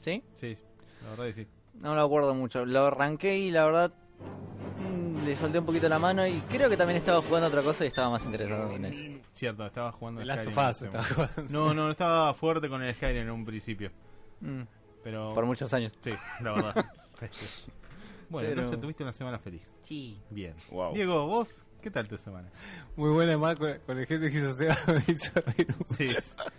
Speaker 2: ¿Sí?
Speaker 1: Sí, la verdad que sí.
Speaker 2: No lo acuerdo mucho. Lo arranqué y la verdad mm, le solté un poquito la mano y creo que también estaba jugando otra cosa y estaba más interesado en eso.
Speaker 1: Cierto, estaba jugando
Speaker 5: The
Speaker 1: al
Speaker 5: Last of
Speaker 1: Skyrim
Speaker 5: Us.
Speaker 1: en ese
Speaker 5: estaba
Speaker 1: momento. No,
Speaker 5: jugando.
Speaker 1: no, estaba fuerte con el Skyrim en un principio.
Speaker 2: Mm,
Speaker 1: Pero.
Speaker 2: por muchos años.
Speaker 1: Sí, la
Speaker 5: [laughs]
Speaker 1: verdad. bueno,
Speaker 2: Pero-
Speaker 1: entonces tuviste una semana feliz.
Speaker 2: Sí.
Speaker 1: Bien.
Speaker 4: Wow.
Speaker 1: Diego, vos, ¿qué tal tu semana?
Speaker 5: Muy buena, más con, con el gente que hizo Seba. [laughs] Me hizo reír mucho. [laughs]
Speaker 1: Sí,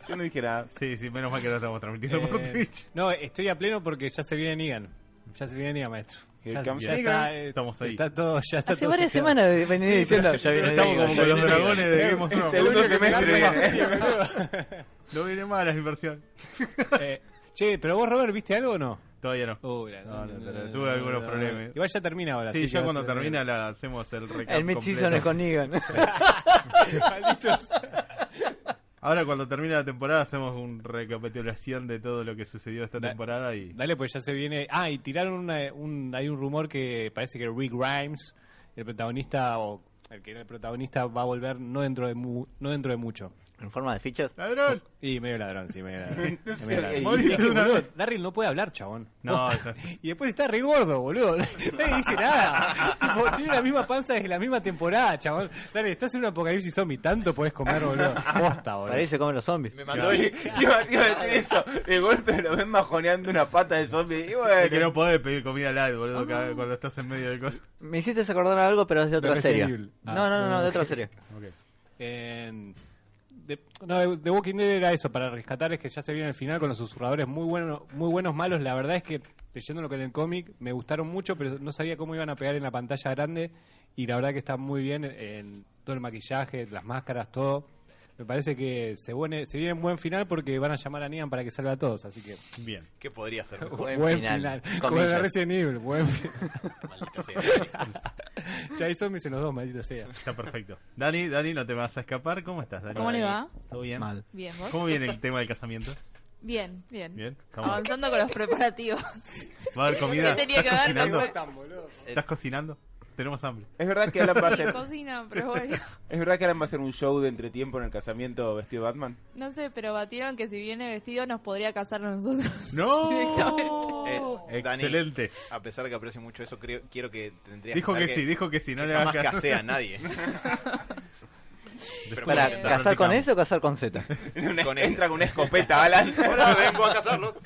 Speaker 4: Yo no dije nada.
Speaker 1: sí, sí, menos mal que lo estamos transmitiendo por
Speaker 5: Eh,
Speaker 1: Twitch.
Speaker 5: No, estoy a pleno porque ya se viene Negan. Ya se viene Negan, maestro.
Speaker 4: Here
Speaker 5: Ya,
Speaker 4: comes
Speaker 5: ya
Speaker 1: Negan.
Speaker 5: está, eh,
Speaker 1: Estamos ahí.
Speaker 5: Está todo, ya está
Speaker 2: Hace
Speaker 5: todo
Speaker 2: varias
Speaker 5: seteado.
Speaker 2: semanas venía diciendo, ya viene
Speaker 1: Estamos
Speaker 2: Diego,
Speaker 1: como
Speaker 2: ya
Speaker 1: con los
Speaker 2: viene Diego.
Speaker 1: dragones de Game of
Speaker 4: El
Speaker 1: Thrones.
Speaker 4: segundo semestre.
Speaker 1: No viene mal la inversión.
Speaker 5: Eh, che, pero vos, Robert, ¿viste algo o no?
Speaker 1: Todavía no.
Speaker 5: Oh, la-
Speaker 1: No, no, no, tuve algunos problemas.
Speaker 5: Igual ya termina ahora.
Speaker 1: Sí,
Speaker 5: así que
Speaker 1: ya
Speaker 5: va a
Speaker 1: cuando
Speaker 5: ser-
Speaker 1: termina la hacemos el recap.
Speaker 2: El Mid-Season
Speaker 1: completo.
Speaker 2: es con Negan.
Speaker 5: [laughs] Malditos.
Speaker 1: Ahora cuando termine la temporada hacemos una recapitulación de todo lo que sucedió esta
Speaker 5: Da-
Speaker 1: temporada y
Speaker 5: Dale, pues ya se viene. Ah, y tiraron una- un, hay un rumor que parece que Rick Grimes, el protagonista o el que era el protagonista, va a volver no dentro de mu- no dentro de mucho.
Speaker 2: En forma de fichas.
Speaker 1: ¡Ladrón!
Speaker 5: Y medio ladrón, sí, medio [laughs] ladrón.
Speaker 4: No sé,
Speaker 5: Medio ladrón.
Speaker 1: morí
Speaker 5: Es que,
Speaker 1: de una
Speaker 5: boludo,
Speaker 1: vez.
Speaker 5: Darryl no puede hablar, chabón.
Speaker 1: No,
Speaker 5: Posta.
Speaker 1: ya-
Speaker 5: Y después está re gordo, boludo. [laughs] Nadie dice nada. Tipo, tiene la misma panza desde la misma temporada, chabón. Dale, estás en un apocalipsis zombie, tanto podés comer, boludo. Posta, boludo.
Speaker 2: Parece como los zombies.
Speaker 3: Me mandó el-
Speaker 4: Iba, iba a decir eso. De golpe lo ven majoneando una pata de zombie.
Speaker 1: Es que
Speaker 4: Y
Speaker 1: no
Speaker 4: bueno.
Speaker 1: podés pedir comida live, boludo, cada- cuando estás en medio del coso.
Speaker 2: Me hiciste acordar algo, pero es de otra
Speaker 5: Resident
Speaker 2: serie.
Speaker 5: Evil. Ah,
Speaker 2: no, no, no, no, de
Speaker 5: ok.
Speaker 2: otra serie.
Speaker 5: En- de, no, The Walking Dead era eso, para rescatar es que ya se viene el final con los susurradores muy buenos, muy buenos, malos. La verdad es que leyendo lo que en el cómic me gustaron mucho, pero no sabía cómo iban a pegar en la pantalla grande. Y la verdad que está muy bien en todo el maquillaje, las máscaras, todo. Me parece que se, viene- se viene un buen final porque van a llamar a Negan para que salga a todos. Así que
Speaker 1: Bien.
Speaker 3: ¿Qué podría ser? [laughs] mejor?
Speaker 2: Buen final,
Speaker 5: Como en
Speaker 2: comillas.
Speaker 5: Resident Evil. Buen final.
Speaker 3: Maldita sea. Sí.
Speaker 5: [laughs] ya hay zombies en los dos, maldita sea.
Speaker 1: Está perfecto. Dani, Dani, no te vas a escapar. ¿Cómo estás, Dani?
Speaker 6: ¿Cómo le va?
Speaker 1: ¿Todo bien?
Speaker 2: Mal.
Speaker 6: Bien, ¿vos?
Speaker 1: ¿Cómo viene el tema del casamiento?
Speaker 6: Bien, bien.
Speaker 1: Bien. ¿Cómo?
Speaker 6: Avanzando con los preparativos.
Speaker 1: ¿Va a haber comida?
Speaker 6: ¿Qué Ah, [laughs] tenía
Speaker 1: ¿Estás
Speaker 6: que ver?
Speaker 1: cocinando?
Speaker 2: Eh,
Speaker 1: ¿Estás cocinando? Tenemos
Speaker 6: [laughs]
Speaker 1: hambre.
Speaker 4: Es verdad que Alan va a
Speaker 6: Sí, [laughs]
Speaker 4: hacer.
Speaker 6: cocina, pero bueno.
Speaker 4: Es verdad que Alan va a hacer un show de entretiempo en el casamiento vestido de Batman.
Speaker 6: No sé, pero batieron que si viene vestido nos podría casar a nosotros. [laughs]
Speaker 1: ¡No!
Speaker 3: Directamente. Eh, Dani.
Speaker 1: Excelente.
Speaker 3: A pesar que aprecio mucho eso, creo, quiero que tendrías
Speaker 1: Dijo que
Speaker 3: notar
Speaker 1: sí, dijo que sí.
Speaker 3: que
Speaker 1: No le
Speaker 3: jamás
Speaker 1: hagas caso.
Speaker 3: casé a
Speaker 1: [laughs]
Speaker 3: nadie. Pero
Speaker 2: ¿Para
Speaker 3: bueno,
Speaker 2: casar con
Speaker 1: practicamos.
Speaker 2: eso o casar con [laughs] Z?
Speaker 4: Una-
Speaker 3: Con
Speaker 4: entra con una escopeta, Alan.
Speaker 3: [laughs] Hola, vengo
Speaker 1: [laughs]
Speaker 3: a casarlos.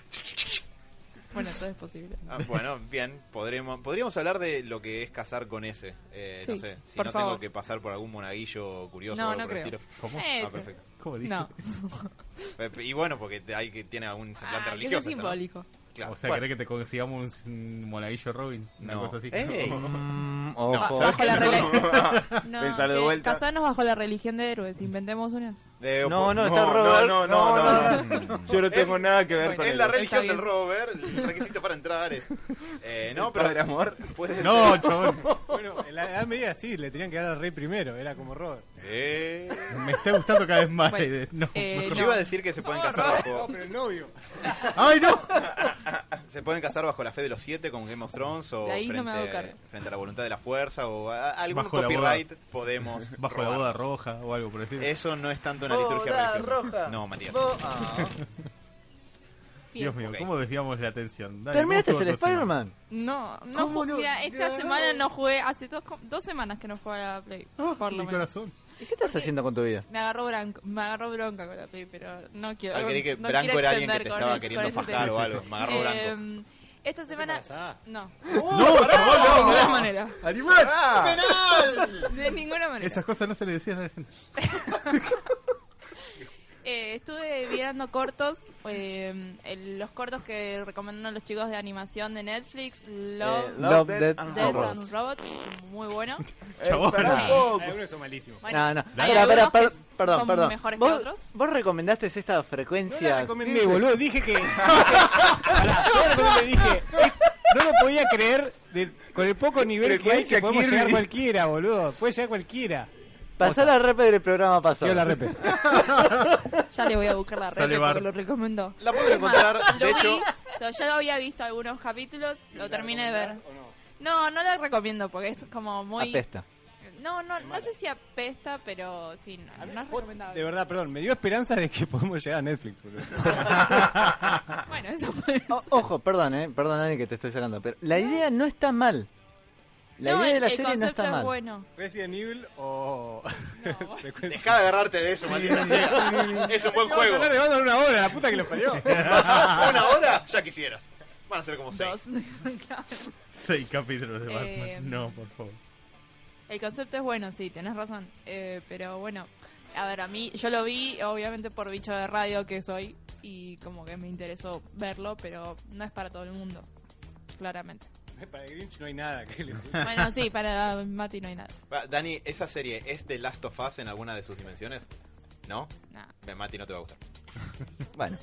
Speaker 6: Bueno, todo es posible.
Speaker 3: Ah, bueno, bien, podremos, podríamos hablar de lo que es casar con ese. Eh, no
Speaker 6: Sí,
Speaker 3: sé, si
Speaker 6: por
Speaker 3: no tengo
Speaker 6: favor.
Speaker 3: que pasar por algún monaguillo curioso
Speaker 6: No,
Speaker 3: o algo
Speaker 6: no
Speaker 3: por el
Speaker 6: creo.
Speaker 3: estilo.
Speaker 1: ¿Cómo?
Speaker 6: Eh,
Speaker 3: Ah, perfecto.
Speaker 1: ¿Cómo dice?
Speaker 6: No.
Speaker 3: Eh, Y bueno, porque te- hay que tiene algún
Speaker 6: Ah,
Speaker 3: semblante
Speaker 6: que eso es
Speaker 3: religioso. esto, ¿no?
Speaker 6: simbólico.
Speaker 3: Claro.
Speaker 1: O sea,
Speaker 3: Bueno,
Speaker 1: ¿querés que te consigamos un monaguillo Robin? Una
Speaker 3: No.
Speaker 1: cosa así. [laughs]
Speaker 3: Ey.
Speaker 2: Mm, ojo.
Speaker 3: ¿sabes
Speaker 6: Bajo la religión.
Speaker 4: No, Pensalo de
Speaker 6: que
Speaker 4: vuelta.
Speaker 6: Casarnos bajo la religión de héroes. Inventemos una.
Speaker 3: eh,
Speaker 2: No,
Speaker 3: por-
Speaker 2: no, está Robert.
Speaker 4: No, no, no, no,
Speaker 3: no.
Speaker 4: Yo no tengo
Speaker 3: Es-
Speaker 4: nada que ver
Speaker 6: bueno,
Speaker 4: con
Speaker 3: Es
Speaker 4: el-
Speaker 3: la
Speaker 6: re-
Speaker 3: religión
Speaker 6: Está
Speaker 3: del
Speaker 6: bien.
Speaker 3: Robert, el requisito para entrar es... Eh,
Speaker 6: [laughs]
Speaker 3: no, pero...
Speaker 4: Padre amor.
Speaker 3: puede
Speaker 1: No,
Speaker 3: ser-
Speaker 1: chabón.
Speaker 5: Bueno, en la edad media sí, le tenían que dar al rey primero, era como Robert.
Speaker 3: Eh,
Speaker 1: Me está gustando cada vez más.
Speaker 6: Bueno,
Speaker 1: la idea. No.
Speaker 6: eh,
Speaker 3: Yo
Speaker 6: no.
Speaker 3: iba a decir que se pueden casar bajo...
Speaker 5: pero el novio.
Speaker 1: ¡Ay, no!
Speaker 3: Se pueden casar bajo la fe de los siete como Game of Thrones o
Speaker 6: De ahí no
Speaker 3: frente,
Speaker 6: me hago cargo.
Speaker 3: frente a la voluntad de la fuerza o a- a algún
Speaker 1: Bajo la boda.
Speaker 3: copyright podemos
Speaker 1: [laughs] Bajo la
Speaker 3: robarnos.
Speaker 1: boda roja o algo por el estilo.
Speaker 3: Eso no es tanto una
Speaker 2: Boda
Speaker 3: liturgia religiosa.
Speaker 2: Oh, roja.
Speaker 3: No, Matías.
Speaker 2: Vos- ah.
Speaker 6: Bien.
Speaker 1: Dios mío,
Speaker 3: Ok.
Speaker 1: ¿cómo desviamos la atención? Dani,
Speaker 2: ¿Terminaste
Speaker 1: ¿cómo
Speaker 2: el
Speaker 1: estuvo tu semana?
Speaker 2: Spider-Man?
Speaker 6: No, no,
Speaker 1: ¿Cómo
Speaker 6: ju-
Speaker 1: no?
Speaker 6: Mira, esta
Speaker 1: No.
Speaker 6: semana no jugué. Hace dos, co- dos semanas que no juego a la Play.
Speaker 1: Ah,
Speaker 6: por
Speaker 1: mi
Speaker 6: lo menos.
Speaker 1: corazón.
Speaker 2: ¿Y qué estás haciendo con tu vida?
Speaker 6: Me agarró, branco, me agarró bronca con la Play, pero no quiero.
Speaker 3: Ah, creí que
Speaker 6: no
Speaker 3: Branco
Speaker 6: quiero
Speaker 3: era alguien que
Speaker 6: extender
Speaker 3: te
Speaker 6: con
Speaker 3: estaba
Speaker 6: ese-
Speaker 3: queriendo
Speaker 6: con ese
Speaker 3: fajar
Speaker 6: tema.
Speaker 3: o algo. Me agarró Branco.
Speaker 6: Eh, esta semana.
Speaker 5: embarazada?
Speaker 6: No, [laughs]
Speaker 1: ¡No, pará,
Speaker 6: de
Speaker 1: no,
Speaker 6: ninguna
Speaker 1: no.
Speaker 6: manera.
Speaker 1: ¡Animal!
Speaker 3: ¡Ah! ¡Penal!
Speaker 6: De ninguna manera.
Speaker 1: Esas cosas no se le decían a la gente.
Speaker 6: Eh, estuve bien quedando cortos. eh, el- los cortos que recomendaron los chicos de animación de Netflix,
Speaker 4: Love,
Speaker 6: Love,
Speaker 2: Eh, Love,
Speaker 4: Death
Speaker 2: Death
Speaker 4: and
Speaker 6: Death
Speaker 4: Robots.
Speaker 6: and Robots, muy bueno.
Speaker 4: Eh,
Speaker 1: Chabón.
Speaker 4: pará un poco.
Speaker 5: Algunos son malísimos.
Speaker 6: Bueno,
Speaker 2: no, no.
Speaker 6: hay
Speaker 2: Espera, espera,
Speaker 6: algunos que
Speaker 2: per- perdón,
Speaker 6: son
Speaker 2: perdón.
Speaker 6: mejores que
Speaker 2: ¿Vos, [laughs]
Speaker 6: otros?
Speaker 2: vos recomendaste esta
Speaker 5: No
Speaker 2: frecuencia.
Speaker 5: la recomendé, boludo. Dije que. Pará, yo la recomendé, dije. eh, No lo podía creer de- con el poco nivel que hay
Speaker 4: Frecuencia
Speaker 5: que podemos
Speaker 4: Kirby.
Speaker 5: llegar cualquiera, boludo. Puede llegar cualquiera.
Speaker 2: Pasá la rep del programa pasado.
Speaker 5: Yo la repé.
Speaker 6: Ya le voy a buscar la
Speaker 1: Sale
Speaker 6: red
Speaker 1: bar.
Speaker 6: porque lo recomendó.
Speaker 3: La pueden encontrar,
Speaker 6: [laughs] Lo
Speaker 3: de
Speaker 6: vi,
Speaker 3: hecho,
Speaker 6: o sea, ya lo había visto algunos capítulos, lo terminé de ver. No, no la recomiendo porque es como muy... [laughs]
Speaker 2: Apesta.
Speaker 6: No, no, no sé si apesta, pero sí, no, no es
Speaker 5: De
Speaker 6: recomendable.
Speaker 5: verdad, perdón. Me dio esperanza de que podemos llegar a Netflix, boludo.
Speaker 6: Bueno, eso
Speaker 2: [laughs]
Speaker 6: puede
Speaker 2: O- ojo, perdón, eh, perdón Dani que te estoy sacando, pero la idea no está mal. La
Speaker 6: no,
Speaker 2: idea
Speaker 6: el,
Speaker 2: de la
Speaker 6: el
Speaker 2: serie
Speaker 6: concepto
Speaker 2: no está
Speaker 6: es
Speaker 2: mal.
Speaker 6: bueno.
Speaker 5: Resident Evil o. Frecuencia-
Speaker 3: dejá de agarrarte de eso,
Speaker 6: [laughs]
Speaker 3: maldita sea. Es un buen
Speaker 5: Vamos a
Speaker 3: juego.
Speaker 5: hablar de Batman una hora, la puta que los parió.
Speaker 3: Una hora, ya quisieras. Van a ser como seis.
Speaker 6: Dos. [laughs] Claro.
Speaker 1: [laughs] Seis capítulos de Batman.
Speaker 6: Eh,
Speaker 1: No, por favor.
Speaker 6: El concepto es bueno, sí, tenés razón. Eh, pero bueno, a ver, a mí, yo lo vi obviamente por bicho de radio que soy y como que me interesó verlo, pero no es para todo el mundo, claramente.
Speaker 5: Para Grinch no hay nada que le
Speaker 6: Bueno, sí, para Mati no hay nada.
Speaker 3: Va, Dani, ¿esa serie es de Last of Us en alguna de sus dimensiones? ¿No?
Speaker 6: nada.
Speaker 3: Ve, Mati, no te va a gustar.
Speaker 2: Bueno,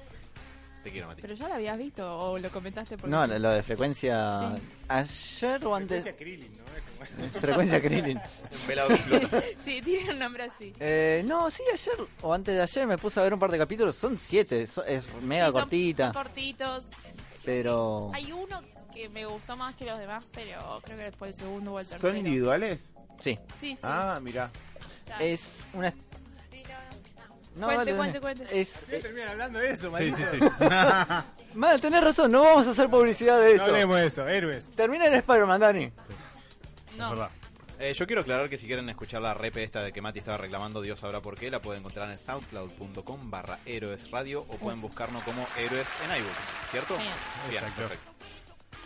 Speaker 3: Te quiero, Mati.
Speaker 6: Pero ya lo habías visto o lo comentaste por [laughs]
Speaker 2: no, lo, lo de frecuencia
Speaker 6: Sí.
Speaker 2: ayer o antes
Speaker 5: Frecuencia Krillin, ¿no? Es
Speaker 2: [laughs]
Speaker 5: como-
Speaker 2: frecuencia Krillin.
Speaker 3: Un pelado que explota.
Speaker 6: Sí, tiene un nombre así.
Speaker 2: Eh, no, sí, ayer o antes de ayer me puse a ver un par de capítulos, son siete, so- es mega
Speaker 6: Sí, son-
Speaker 2: cortita,
Speaker 6: son cortitos.
Speaker 2: pero
Speaker 6: Hay uno que me gustó más que los demás, pero creo que fue el segundo o el tercero.
Speaker 4: ¿Son individuales?
Speaker 2: sí,
Speaker 6: Sí, sí.
Speaker 4: Ah, mirá.
Speaker 6: ya.
Speaker 2: es una
Speaker 6: Sí, no, no.
Speaker 2: no,
Speaker 6: Cuente,
Speaker 2: dale, dale.
Speaker 6: cuente, cuente.
Speaker 2: Es,
Speaker 5: ¿Ustedes terminan hablando de eso,
Speaker 1: Sí,
Speaker 5: maldito?
Speaker 1: sí, sí.
Speaker 2: Mal, tenés razón, no vamos a hacer publicidad de
Speaker 5: No
Speaker 2: eso.
Speaker 5: hablemos de eso, héroes.
Speaker 2: Termina el Spider-Man, Dani.
Speaker 1: Es
Speaker 6: No,
Speaker 1: verdad.
Speaker 3: Eh, yo quiero aclarar que si quieren escuchar la rep esta de que Mati estaba reclamando, Dios sabrá por qué, la pueden encontrar en soundcloud.com barra héroes radio o pueden buscarnos como héroes en iBooks, ¿cierto?
Speaker 6: Genial.
Speaker 3: Bien,
Speaker 1: Exacto.
Speaker 3: perfecto.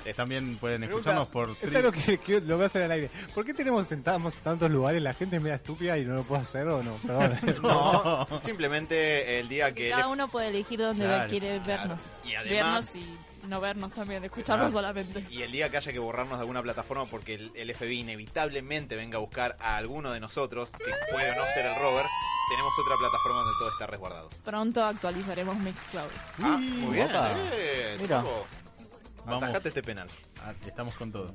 Speaker 3: Eso.
Speaker 1: También pueden
Speaker 5: Pregunta,
Speaker 1: escucharnos por.
Speaker 5: Eso es lo que, que lo voy a hacer al aire. ¿Por qué tenemos sentamos en tantos lugares? La gente es media estúpida y no lo puedo hacer o no. [laughs] Perdón.
Speaker 3: No, simplemente el día
Speaker 6: que
Speaker 3: que...
Speaker 6: cada
Speaker 3: le-
Speaker 6: uno puede elegir dónde
Speaker 1: Claro,
Speaker 6: va- quiere
Speaker 3: claro.
Speaker 6: vernos.
Speaker 3: Y además-
Speaker 6: Vernos y no vernos también, escucharnos solamente.
Speaker 3: Y el día que haya que borrarnos de alguna plataforma porque el, el FBI inevitablemente venga a buscar a alguno de nosotros, que puede o no ser el rover, tenemos otra plataforma donde todo está resguardado.
Speaker 6: Pronto actualizaremos Mixcloud.
Speaker 3: Ah, muy bien.
Speaker 2: guapa.
Speaker 3: eh,
Speaker 2: Mira.
Speaker 3: tipo,
Speaker 1: Vamos.
Speaker 3: Atajate este penal.
Speaker 1: Ah, estamos con todo.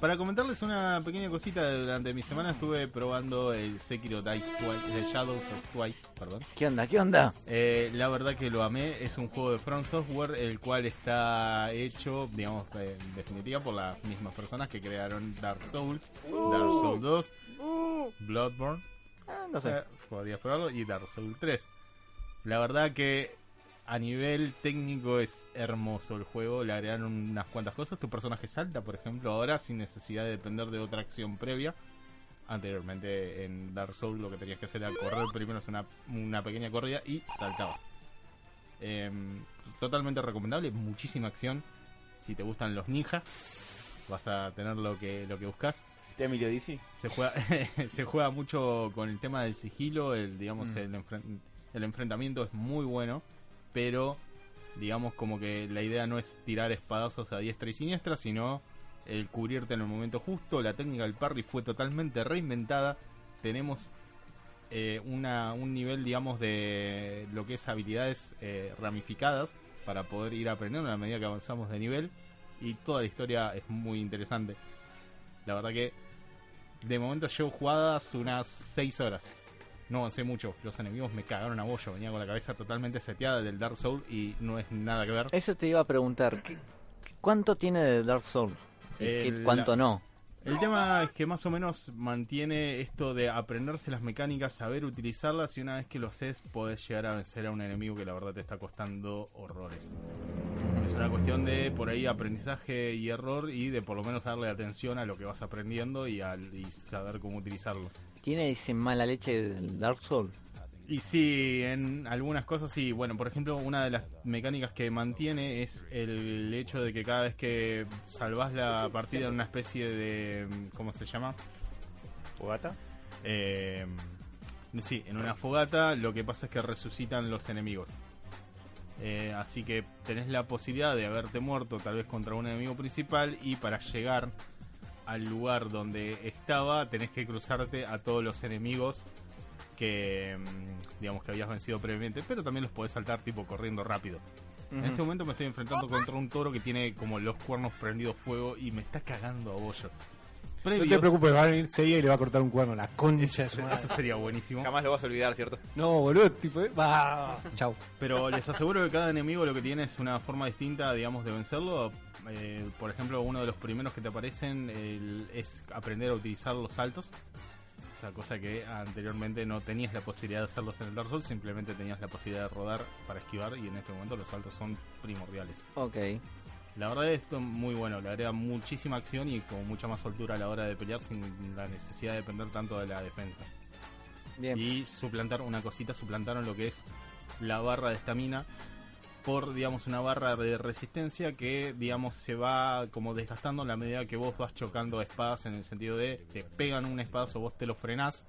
Speaker 1: Para comentarles una pequeña cosita, durante mi semana estuve probando el Sekiro Dice Twice, The Shadows of Twice, perdón.
Speaker 2: ¿Qué onda? ¿Qué onda?
Speaker 1: Eh, la verdad que lo amé, es un juego de From Software, el cual está hecho, digamos, eh, en definitiva por las mismas personas que crearon Dark Souls, Dark Souls 2, Bloodborne,
Speaker 2: Ah, no sé.
Speaker 1: eh, podrías probarlo, y Dark Souls 3. La verdad que a nivel técnico es hermoso el juego, le agregaron unas cuantas cosas, tu personaje salta, por ejemplo, ahora sin necesidad de depender de otra acción previa. Anteriormente en Dark Souls lo que tenías que hacer era correr primero hacer una, una pequeña corrida y saltabas. Em, totalmente recomendable, muchísima acción. Si te gustan los ninjas, vas a tener lo que, lo que buscas
Speaker 4: ¿Este Emilio Dizzy?
Speaker 1: se juega [laughs] se juega mucho con el tema del sigilo el digamos el, enfren- el enfrentamiento es muy bueno pero digamos como que la idea no es tirar espadazos a diestra y siniestra sino el cubrirte en el momento justo la técnica del parry fue totalmente reinventada tenemos eh, una, un nivel digamos de lo que es habilidades eh, ramificadas para poder ir aprendiendo a medida que avanzamos de nivel y toda la historia es muy interesante la verdad que de momento llevo jugadas unas 6 horas. No avancé mucho. Los enemigos me cagaron a bollo. Venía con la cabeza totalmente seteada del Dark Soul y no es nada que ver.
Speaker 2: Eso te iba a preguntar. ¿qué- ¿Cuánto tiene de Dark Souls? ¿Y qué-
Speaker 1: El-
Speaker 2: ¿Cuánto no?
Speaker 1: El tema es que más o menos mantiene esto de aprenderse las mecánicas, saber utilizarlas y una vez que lo haces podés llegar a vencer a un enemigo que la verdad te está costando horrores. Es una cuestión de por ahí aprendizaje y error y de por lo menos darle atención a lo que vas aprendiendo y, al- y saber cómo utilizarlo.
Speaker 2: ¿Tiene, dice, mala leche del Dark Souls?
Speaker 1: Y sí, en algunas cosas sí. Bueno, por ejemplo, una de las mecánicas que mantiene es el hecho de que cada vez que salvas la partida en una especie de. ¿Cómo se llama?
Speaker 4: ¿Fogata?
Speaker 1: Eh, sí, en una fogata, lo que pasa es que resucitan los enemigos. Eh, así que tenés la posibilidad de haberte muerto tal vez contra un enemigo principal y para llegar al lugar donde estaba tenés que cruzarte a todos los enemigos que mm, digamos que habías vencido previamente, pero también los podés saltar tipo corriendo rápido. En este momento me estoy enfrentando contra un toro que tiene como los cuernos prendidos fuego y me está cagando a bollo.
Speaker 5: No
Speaker 1: Previo-
Speaker 5: te preocupes, va a venir Seiya y le va a cortar un cuerno. La concha de su
Speaker 1: eso,
Speaker 5: madre.
Speaker 1: eso sería buenísimo.
Speaker 3: Jamás lo vas a olvidar, ¿cierto?
Speaker 5: No, boludo, tipo, eh, va. Chau.
Speaker 1: Pero les aseguro que cada enemigo lo que tiene es una forma distinta, digamos, de vencerlo. Eh, por ejemplo, uno de los primeros que te aparecen el- es aprender a utilizar los saltos. O sea, cosa que anteriormente no tenías la posibilidad de hacerlos en el Dark Souls, simplemente tenías la posibilidad de rodar para esquivar y en este momento los saltos son primordiales.
Speaker 2: Ok.
Speaker 1: La verdad esto es muy bueno, le agrega muchísima acción y con mucha más soltura a la hora de pelear sin la necesidad de depender tanto de la defensa
Speaker 2: Bien.
Speaker 1: y suplantar una cosita, suplantaron lo que es la barra de estamina por, digamos, una barra de resistencia que, digamos, se va como desgastando a la medida que vos vas chocando espadas en el sentido de te pegan un espadazo, vos te lo frenás,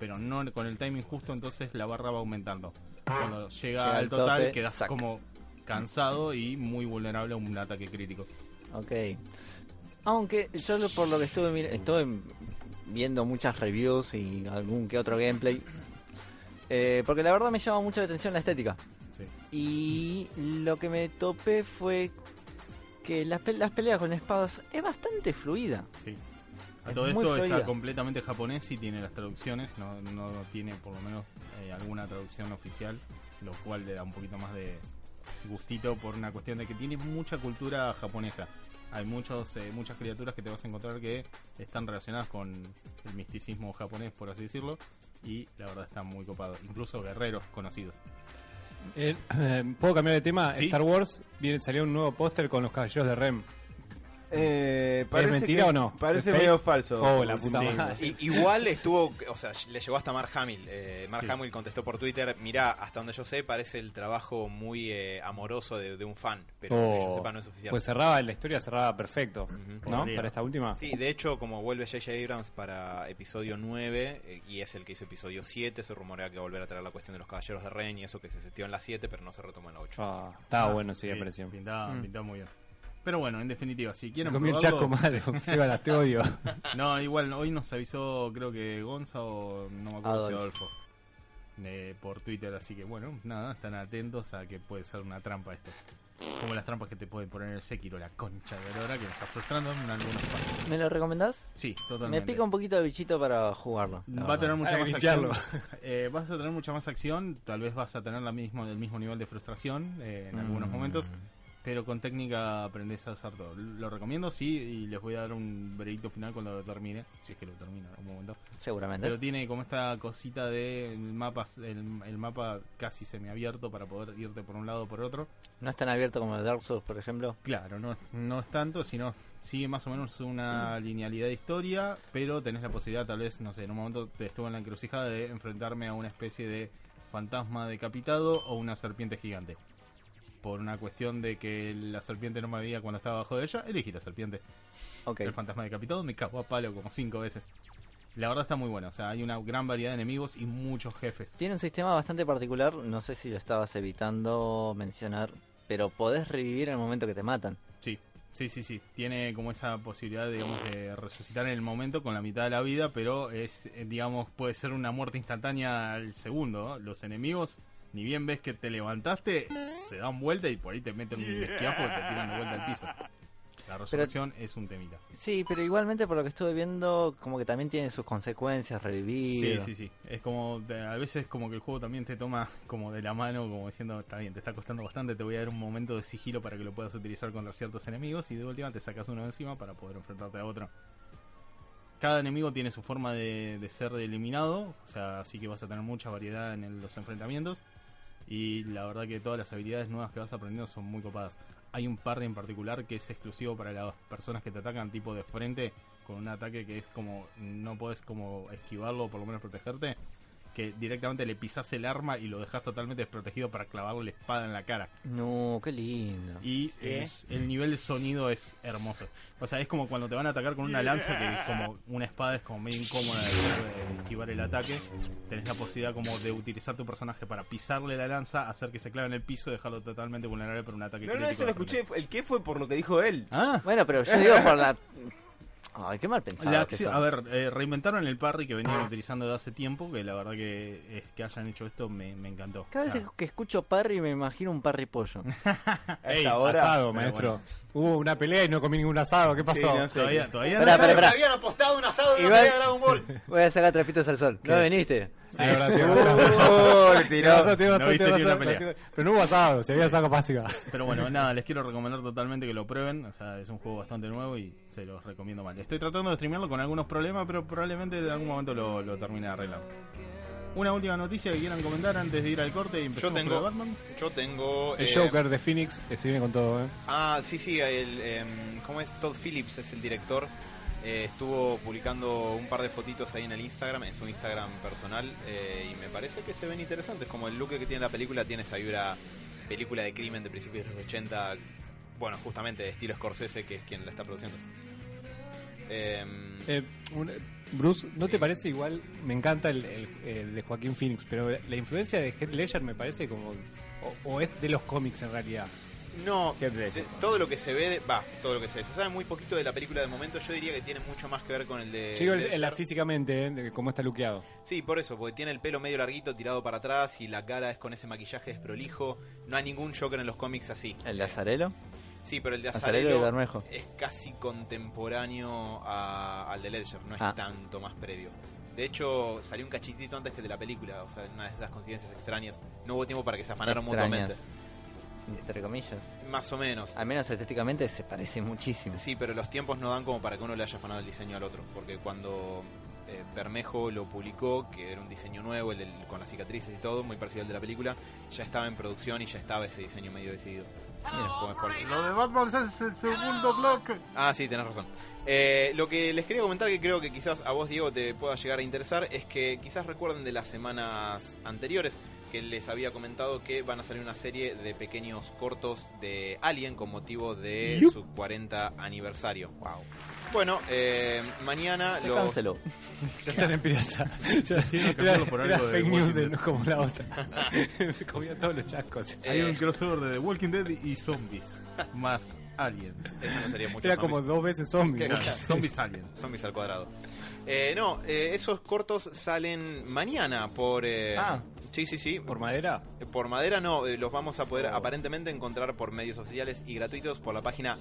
Speaker 1: pero no con el timing justo, entonces la barra va aumentando. Cuando llega,
Speaker 2: al
Speaker 1: al total,
Speaker 2: tope,
Speaker 1: quedás
Speaker 2: sac.
Speaker 1: como cansado y muy vulnerable a un ataque crítico.
Speaker 2: Ok. Aunque yo lo- por lo que estuve, mir- estuve viendo muchas reviews y algún que otro gameplay. eh, porque la verdad me llama mucho la atención la estética.
Speaker 1: Sí.
Speaker 2: Y lo que me topé fue que las, pe- las peleas con espadas es bastante fluida.
Speaker 1: Sí. A
Speaker 2: Es
Speaker 1: todo
Speaker 2: muy
Speaker 1: esto
Speaker 2: fluida.
Speaker 1: está completamente japonés y tiene las traducciones, no, no tiene por lo menos eh, alguna traducción oficial, lo cual le da un poquito más de gustito por una cuestión de que tiene mucha cultura japonesa. Hay muchos, eh, muchas criaturas que te vas a encontrar que están relacionadas con el misticismo japonés, por así decirlo, y la verdad está muy copado. Incluso guerreros conocidos.
Speaker 5: Eh, eh, ¿Puedo cambiar de tema?
Speaker 1: Sí.
Speaker 5: Star Wars viene, salió un nuevo póster con los caballeros de Rem.
Speaker 4: Eh, parece
Speaker 5: mentira
Speaker 4: que-
Speaker 5: o no?
Speaker 4: Parece
Speaker 5: ¿Es fake?
Speaker 4: medio falso.
Speaker 5: Oh, la puta madre.
Speaker 3: I- igual estuvo, o sea, le llegó hasta Mark Hamill. Eh, Mark
Speaker 1: Sí.
Speaker 3: Hamill contestó por Twitter, mirá, hasta donde yo sé parece el trabajo muy eh, amoroso de, de un fan, pero hasta que yo
Speaker 5: Oh.
Speaker 3: sepa no es oficial.
Speaker 5: Pues cerraba, la historia cerraba perfecto, ¿no?
Speaker 1: Podría.
Speaker 5: Para esta última.
Speaker 3: Sí, de hecho, como vuelve J.J. Abrams para episodio 9, eh, y es el que hizo episodio 7, se rumorea que va a volver a traer la cuestión de los caballeros de Ren y eso que se setió en la 7, pero no se retoma en la 8.
Speaker 5: Ah, estaba bueno, sí,
Speaker 1: Sí,
Speaker 5: apareció.
Speaker 1: Pintaba,
Speaker 2: Mm.
Speaker 1: pintaba muy bien. Pero bueno, en definitiva, si
Speaker 5: Me
Speaker 1: quieren
Speaker 5: comí el
Speaker 1: probarlo-
Speaker 5: chaco, [laughs] madre. Seba, las te odio.
Speaker 1: No, igual, hoy nos avisó, creo que Gonza o no me acuerdo si Adolfo. eh, por Twitter, así que bueno, nada, están atentos a que puede ser una trampa esto. Como las trampas que te pueden poner en el Sekiro, la concha de la hora que me está frustrando en algunos pasos.
Speaker 2: ¿Me lo recomendás?
Speaker 1: Sí, totalmente.
Speaker 2: Me pica un poquito de bichito para jugarlo. la
Speaker 1: Va a tener
Speaker 2: verdad.
Speaker 1: mucha
Speaker 5: Hay que
Speaker 1: más acción. [laughs]
Speaker 5: limpiarlo.
Speaker 1: Eh, vas a tener mucha más acción, tal vez vas a tener la mismo, el mismo nivel de frustración eh, en algunos
Speaker 5: Mm.
Speaker 1: momentos, pero con técnica aprendes a usar todo. Lo recomiendo, sí, y les voy a dar un veredicto final cuando lo termine, si es que lo termino en algún momento.
Speaker 2: Seguramente.
Speaker 1: Pero tiene como esta cosita de mapas, el, el mapa casi semiabierto para poder irte por un lado o por otro.
Speaker 2: No es tan abierto como el Dark Souls, por ejemplo.
Speaker 1: Claro, no, no es tanto, sino sigue más o menos una linealidad de historia, pero tenés la posibilidad, tal vez, no sé, en un momento te estuve en la encrucijada de enfrentarme a una especie de fantasma decapitado o una serpiente gigante. Por una cuestión de que la serpiente no me veía cuando estaba abajo de ella, elegí la serpiente.
Speaker 2: Ok.
Speaker 1: El fantasma decapitado me cagó a palo como cinco veces. La verdad está muy bueno, o sea, hay una gran variedad de enemigos y muchos jefes.
Speaker 2: Tiene un sistema bastante particular, no sé si lo estabas evitando mencionar, pero podés revivir en el momento que te matan.
Speaker 1: Sí, sí, sí, sí. Tiene como esa posibilidad, digamos, de resucitar en el momento con la mitad de la vida, pero es, eh, digamos, puede ser una muerte instantánea al segundo. ¿no? Los enemigos, ni bien ves que te levantaste, se dan vuelta y por ahí te meten un esquiajo y te tiran de vuelta al piso. La resurrección es un temita.
Speaker 2: Sí, pero igualmente por lo que estuve viendo, como que también tiene sus consecuencias,
Speaker 1: Sí,
Speaker 2: revivir.
Speaker 1: sí, sí. Es como, te- a veces como que el juego también te toma como de la mano, como diciendo, está bien, te está costando bastante, te voy a dar un momento de sigilo para que lo puedas utilizar contra ciertos enemigos y de última te sacas uno de encima para poder enfrentarte a otro. Cada enemigo tiene su forma de, de ser eliminado, o sea, así que vas a tener mucha variedad en el- los enfrentamientos. Y la verdad que todas las habilidades nuevas que vas aprendiendo son muy copadas. Hay un par en particular que es exclusivo para las personas que te atacan tipo de frente con un ataque que es como no podés como esquivarlo o por lo menos protegerte. que directamente le pisás el arma y lo dejás totalmente desprotegido para clavarle la espada en la cara.
Speaker 2: No, uh, qué lindo.
Speaker 1: Y es- el nivel de sonido es hermoso. O sea, es como cuando te van a atacar con una lanza, que es como una espada es como medio incómoda de, de esquivar el ataque. Tenés la posibilidad como de utilizar tu personaje para pisarle la lanza, hacer que se clave en el piso, dejarlo totalmente vulnerable para un ataque
Speaker 4: No, no,
Speaker 1: crítico
Speaker 4: eso lo
Speaker 1: de frente.
Speaker 4: escuché. El qué fue por lo que dijo él.
Speaker 1: Ah,
Speaker 2: Bueno, pero yo digo por la. Ay, qué mal pensado.
Speaker 1: La
Speaker 2: que
Speaker 1: acción-
Speaker 2: sos.
Speaker 1: a ver, eh, reinventaron el parry que venían utilizando de hace tiempo, que la verdad que es que hayan hecho esto me, me encantó.
Speaker 2: Cada vez
Speaker 1: Ah.
Speaker 2: que escucho parry me imagino un
Speaker 1: [laughs]
Speaker 2: parry pollo.
Speaker 4: Hasta
Speaker 5: Ey,
Speaker 4: ahora.
Speaker 1: Pero
Speaker 5: asado, maestro. Hubo una pelea y no comí ningún asado. ¿Qué pasó?
Speaker 4: Sí, no sé.
Speaker 1: Todavía, todavía
Speaker 2: Pará,
Speaker 1: no-
Speaker 2: pará, pará.
Speaker 3: habían apostado un asado en una
Speaker 2: Igual-
Speaker 3: pelea de Dragon Ball.
Speaker 2: Voy a sacar trapitos al sol. No viniste.
Speaker 5: Sí, la verdad, tiene
Speaker 1: [laughs]
Speaker 5: razón.
Speaker 4: Oh, le
Speaker 5: Tiene
Speaker 4: tiró.
Speaker 5: razón, tiene
Speaker 1: Uh, No
Speaker 5: razón,
Speaker 1: viste
Speaker 5: tiene
Speaker 1: ni una
Speaker 5: razón.
Speaker 1: pelea.
Speaker 5: Pero no hubo asado, se había asado capaz
Speaker 1: Pero bueno, nada, les quiero recomendar totalmente que lo prueben. O sea, es un juego bastante nuevo y se los recomiendo mal. Estoy tratando de streamearlo con algunos problemas, pero probablemente en algún momento lo, lo termine arreglando. Una última noticia que quieran comentar antes de ir al corte y empezar
Speaker 3: tengo-
Speaker 1: Batman.
Speaker 3: Yo tengo.
Speaker 5: El
Speaker 3: eh,
Speaker 5: Joker de Phoenix eh, se viene con todo, ¿eh?
Speaker 3: Ah, sí, sí, el, em, ¿cómo es? Todd Phillips es el director. Eh, estuvo publicando un par de fotitos ahí en el Instagram, en su Instagram personal, eh, y me parece que se ven interesantes. Como el look que tiene la película, tiene esa vibra película de crimen de principios de los 80, bueno, justamente de estilo Scorsese, que es quien la está produciendo. Em,
Speaker 5: Eh, un- Bruce, ¿no
Speaker 3: Sí.
Speaker 5: te parece igual? Me encanta el, el- el de Joaquín Phoenix, pero la influencia de Heath Ledger me parece como. O, o es de los cómics en realidad.
Speaker 3: No,
Speaker 4: ¿Qué te
Speaker 3: de-
Speaker 4: dice?
Speaker 3: todo lo que se ve, de- va, todo lo que se ve. Se sabe muy poquito de la película de momento, yo diría que tiene mucho más que ver con el de...
Speaker 5: Yo digo el-
Speaker 3: de-
Speaker 5: el- la físicamente, ¿eh? de cómo está luqueado.
Speaker 3: Sí, por eso, porque tiene el pelo medio larguito tirado para atrás y la cara es con ese maquillaje desprolijo. No hay ningún Joker en los cómics así.
Speaker 2: El de azarelo.
Speaker 3: Sí, pero el de
Speaker 2: Azarelo y
Speaker 3: Azarelo
Speaker 2: Bermejo.
Speaker 3: es casi contemporáneo a- al de Ledger, no es
Speaker 2: Ah.
Speaker 3: tanto más previo. De hecho, salió un cachitito antes que el de la película, o sea, una de esas coincidencias extrañas. No hubo tiempo para que se afanaran mutuamente.
Speaker 2: Extrañas. Entre comillas.
Speaker 3: Más o menos.
Speaker 2: Al menos estéticamente se parece muchísimo.
Speaker 3: Sí, pero los tiempos no dan como para que uno le haya afanado el diseño al otro. Porque cuando eh, Bermejo lo publicó, que era un diseño nuevo, el del- con las cicatrices y todo, muy parecido al de la película, ya estaba en producción y ya estaba ese diseño medio decidido. Después, por-
Speaker 1: Lo de Batman es el segundo bloque.
Speaker 3: Ah, sí, tenés razón. Eh, lo que les quería comentar, que creo que quizás a vos, Diego, te pueda llegar a interesar, es que quizás recuerden de las semanas anteriores que les había comentado que van a salir una serie de pequeños cortos de Alien con motivo de su 40 aniversario. Wow. Bueno, eh, mañana
Speaker 2: Se
Speaker 3: los-
Speaker 2: canceló.
Speaker 5: Ya están en pirata. [laughs] Ya
Speaker 1: Decidieron
Speaker 5: era,
Speaker 1: cambiarlo por
Speaker 5: era
Speaker 1: algo de
Speaker 5: fake
Speaker 1: Walking
Speaker 5: news,
Speaker 1: Dead.
Speaker 5: no como la otra.
Speaker 1: [laughs]
Speaker 5: se comía todos los chascos.
Speaker 1: Hay
Speaker 3: Eh.
Speaker 1: un crossover de The Walking Dead y zombies. Más aliens.
Speaker 3: Eso no sería mucho
Speaker 5: Era
Speaker 3: zombies.
Speaker 5: como dos veces zombie.
Speaker 3: Claro.
Speaker 1: zombies aliens.
Speaker 3: Zombies al cuadrado. Eh, no, eh, esos cortos salen mañana por... eh,
Speaker 5: Ah.
Speaker 3: Sí, sí, sí.
Speaker 5: ¿Por madera?
Speaker 3: Por madera no, eh, los vamos a poder aparentemente encontrar por medios oficiales y gratuitos por la página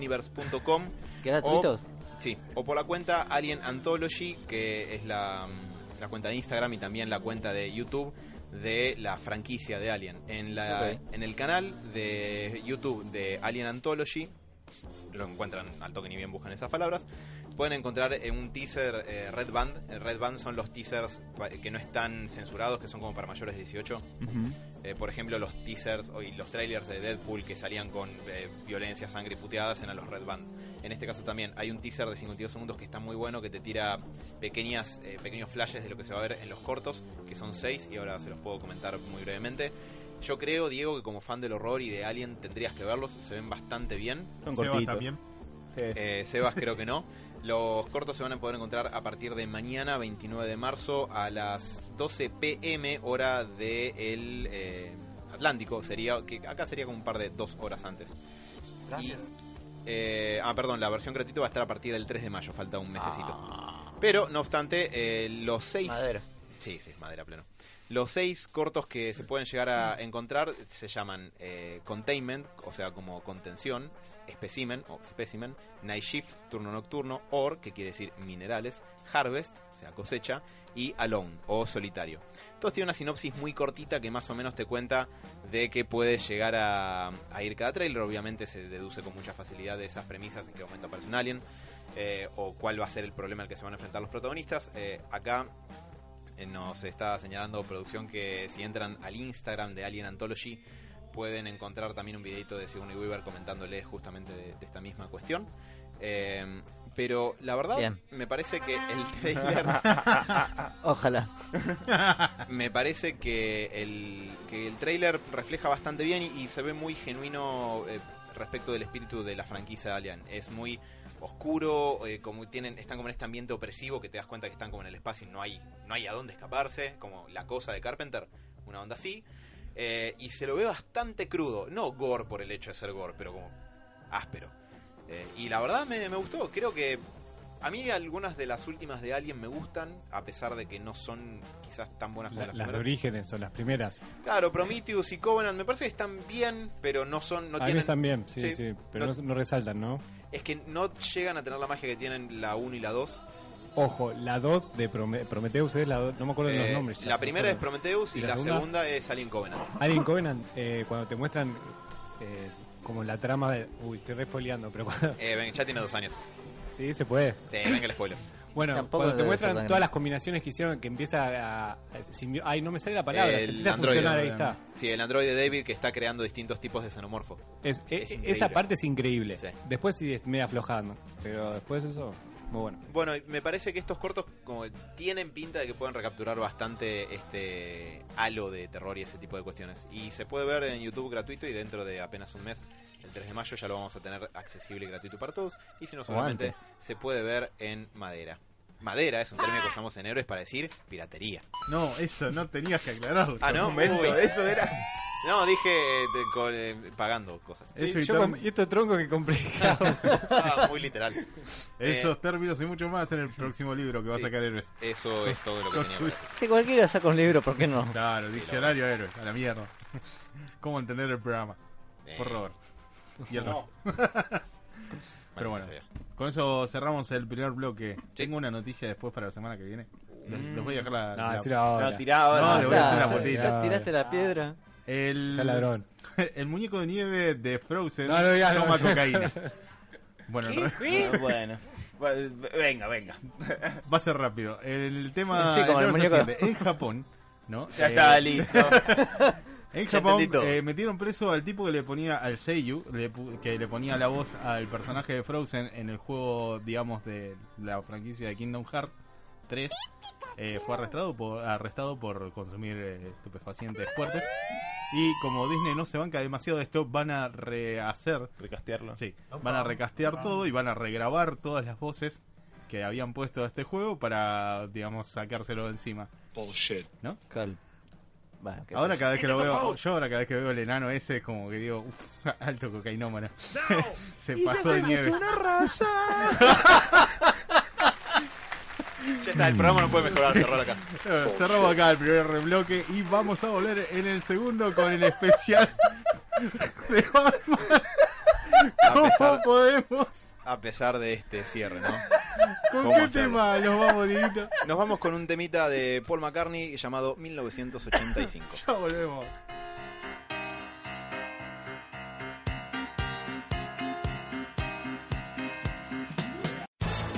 Speaker 3: alienuniverse.com.
Speaker 1: Oh,
Speaker 2: ¿Gratuitos?
Speaker 3: Sí, o por la cuenta Alien Anthology, que es la, mm, la cuenta de Instagram y también la cuenta de YouTube de la franquicia de Alien. En, la,
Speaker 2: Ok.
Speaker 3: en el canal de YouTube de Alien Anthology, lo encuentran al toque ni bien buscan esas palabras, pueden encontrar eh, un teaser eh, Red Band. El Red Band son los teasers pa- que no están censurados, que son como para mayores de 18. Eh, por ejemplo, los teasers o y los trailers de Deadpool que salían con eh, violencia, sangre y puteadas eran los Red Band. En este caso también hay un teaser de 52 segundos que está muy bueno, que te tira pequeñas, eh, pequeños flashes de lo que se va a ver en los cortos, que son 6 y ahora se los puedo comentar muy brevemente. Yo creo, Diego, que como fan del horror y de Alien tendrías que verlos, se ven bastante bien.
Speaker 4: Son
Speaker 1: Seba
Speaker 4: cortitos.
Speaker 1: también.
Speaker 4: Sí.
Speaker 3: Eh, Sebas creo que no. Los cortos se van a poder encontrar a partir de mañana, 29 de marzo, a las 12 pm, hora del eh, Atlántico. Sería, que acá sería como un par de dos horas antes. Gracias. ah, perdón, la versión gratuita va a estar a partir del 3 de mayo, falta un mesecito. Pero, no obstante, eh, los seis...
Speaker 2: Madera.
Speaker 3: Sí, sí, madera pleno. Los seis cortos que se pueden llegar a encontrar se llaman eh, Containment, o sea, como contención, Specimen o Specimen, Night Shift, turno nocturno, Or, que quiere decir minerales, Harvest, o sea, cosecha, y Alone, o solitario. Entonces tiene una sinopsis muy cortita que más o menos te cuenta de qué puede llegar a, a ir cada trailer. Obviamente se deduce con mucha facilidad de esas premisas en qué momento aparece un alien, eh, o cuál va a ser el problema al que se van a enfrentar los protagonistas. Eh, acá eh, nos está señalando producción que si entran al Instagram de Alien Anthology pueden encontrar también un videito de Sigourney Weaver comentándole justamente de, de esta misma cuestión. Eh, Pero la verdad,
Speaker 2: Bien.
Speaker 3: me parece que el trailer.
Speaker 2: Ojalá.
Speaker 3: me parece que el, que el trailer refleja bastante bien y, y se ve muy genuino eh, respecto del espíritu de la franquicia Alien. Es muy oscuro, eh, como tienen, están como en este ambiente opresivo que te das cuenta que están como en el espacio y no hay, no hay a dónde escaparse, como la cosa de Carpenter, una onda así. Eh, y se lo ve bastante crudo, no gore por el hecho de ser gore, pero como áspero. Eh, y la verdad me, me gustó, creo que a mí algunas de las últimas de Alien me gustan, a pesar de que no son quizás tan buenas como
Speaker 5: La-
Speaker 3: las
Speaker 5: las de
Speaker 3: primeras.
Speaker 5: orígenes son las primeras.
Speaker 3: Claro, Prometheus y Covenant me parece que están bien, pero no son, no
Speaker 5: A mí
Speaker 3: tienen,
Speaker 5: están bien, sí,
Speaker 3: sí,
Speaker 5: sí, pero
Speaker 3: no-
Speaker 5: no, no resaltan, ¿no?
Speaker 3: es que no llegan a tener la magia que tienen la 1 y la 2.
Speaker 5: Ojo, la 2 de Prome- Prometheus es la do- no me acuerdo de los
Speaker 3: Eh,
Speaker 5: nombres. ya
Speaker 3: la
Speaker 5: se me
Speaker 3: primera es
Speaker 5: acuerdo.
Speaker 3: Prometheus y,
Speaker 5: ¿Y
Speaker 3: la,
Speaker 5: la
Speaker 3: segunda?
Speaker 5: segunda?
Speaker 3: es Alien Covenant.
Speaker 5: Alien Covenant, eh, cuando te muestran eh, como la trama de... Uy, estoy respoleando, pero cuando... [laughs]
Speaker 3: Eh, ven, ya tiene dos años.
Speaker 5: sí, se puede.
Speaker 3: Sí, venga el spoiler.
Speaker 5: Bueno,
Speaker 2: Tampoco
Speaker 5: cuando te
Speaker 2: debe
Speaker 5: muestran
Speaker 2: ser tan
Speaker 5: todas
Speaker 2: grande.
Speaker 5: las combinaciones que hicieron, que empieza a... a- simbio- Ay, no me sale la palabra,
Speaker 3: El
Speaker 5: se empieza a
Speaker 3: androide,
Speaker 5: funcionar, ahí
Speaker 1: ¿no?
Speaker 5: está.
Speaker 3: Sí, el androide David que está creando distintos tipos de xenomorfos.
Speaker 5: Es- e-
Speaker 3: Es increíble.
Speaker 5: esa parte es increíble.
Speaker 3: Sí.
Speaker 5: Después sí es medio aflojando, pero después eso, muy bueno.
Speaker 3: Bueno, y me parece que estos cortos como tienen pinta de que pueden recapturar bastante este halo de terror y ese tipo de cuestiones. Y se puede ver en YouTube gratuito y dentro de apenas un mes, el 3 de mayo, ya lo vamos a tener accesible y gratuito para todos. Y si no, solamente
Speaker 2: antes.
Speaker 3: se puede ver en madera. Madera es un término que usamos en héroes para decir piratería.
Speaker 1: No, eso no tenías que aclararlo.
Speaker 3: Ah, no,
Speaker 4: Momento,
Speaker 3: uy.
Speaker 4: eso era.
Speaker 3: No, dije eh, de- con- eh, pagando cosas.
Speaker 1: Eso
Speaker 5: Sí,
Speaker 1: y
Speaker 5: yo
Speaker 1: term-
Speaker 5: com-
Speaker 3: eh.
Speaker 5: y estos troncos que compré.
Speaker 3: Ah, muy literal.
Speaker 1: Esos términos y mucho más
Speaker 3: [laughs]
Speaker 1: en el próximo libro que va
Speaker 3: Sí.
Speaker 1: a sacar Héroes.
Speaker 3: Eso es todo lo que tenía. para decir.
Speaker 2: Si cualquiera saca un libro, ¿por qué no?
Speaker 1: Claro,
Speaker 3: Sí,
Speaker 1: diccionario Héroes, a la mierda. [laughs] ¿Cómo entender el programa?
Speaker 3: Eh,
Speaker 1: Por Robert. Y el resto. Pero bueno.
Speaker 3: maldita sea.
Speaker 1: Con eso cerramos el primer bloque.
Speaker 3: Sí.
Speaker 1: Tengo una noticia después para la semana que viene. Les, les voy a dejar la.
Speaker 5: [laughs] no,
Speaker 1: la-
Speaker 5: decilo ahora.
Speaker 4: No, tirá ahora.
Speaker 1: No, le voy a hacer
Speaker 2: Ah,
Speaker 1: una
Speaker 2: Ya, ya,
Speaker 1: botita.
Speaker 2: ya tiraste la piedra.
Speaker 1: el,
Speaker 5: Está ladrón.
Speaker 1: [laughs] el muñeco de nieve de Frozen
Speaker 5: No, no digas, no.
Speaker 1: toma cocaína.
Speaker 5: [laughs]
Speaker 1: Bueno, en realidad-
Speaker 4: Ah, bueno. Bueno, Venga, venga.
Speaker 1: va a ser rápido. El tema,
Speaker 2: Sí, como
Speaker 1: el
Speaker 2: el
Speaker 1: tema es el
Speaker 2: muñeco.
Speaker 1: siguiente. En Japón, ¿no?
Speaker 4: Ya
Speaker 1: Eh,
Speaker 4: está listo.
Speaker 1: [laughs] En
Speaker 3: Ya
Speaker 1: Japón
Speaker 3: entendí todo.
Speaker 1: eh, metieron preso al tipo que le ponía al Seiyu, le pu- que le ponía la voz al personaje de Frozen en el juego, digamos, de la franquicia de Kingdom Hearts 3. Eh, fue arrestado por, arrestado por consumir eh, estupefacientes fuertes. Y como Disney no se banca demasiado de esto, van a rehacer
Speaker 4: Recastearlo.
Speaker 1: Sí, van a recastear todo y van a regrabar todas las voces que habían puesto a este juego para, digamos, sacárselo de encima.
Speaker 2: Cal. Va, qué sé
Speaker 1: Ahora
Speaker 2: yo.
Speaker 1: cada vez que lo veo, yo ahora cada vez que veo el enano ese es como que digo, uff, [laughs] alto cocainómano. [laughs] se pasó de nieve.
Speaker 3: Ya está, el programa no puede mejorar, terror acá.
Speaker 5: Eh,
Speaker 1: Bueno,
Speaker 3: Oh,
Speaker 1: Cerramos acá el primer rebloque y vamos a volver en el segundo con el especial de Batman.
Speaker 3: A
Speaker 1: ¿Cómo
Speaker 5: [laughs]
Speaker 3: pesar,
Speaker 1: podemos?
Speaker 3: a pesar de este cierre, ¿no?
Speaker 1: ¿Con
Speaker 3: ¿Cómo
Speaker 1: qué
Speaker 3: hacerlo?
Speaker 1: tema los vamos, Dieguito?
Speaker 3: Nos vamos con un temita de Paul McCartney llamado 1985.
Speaker 1: Ya volvemos.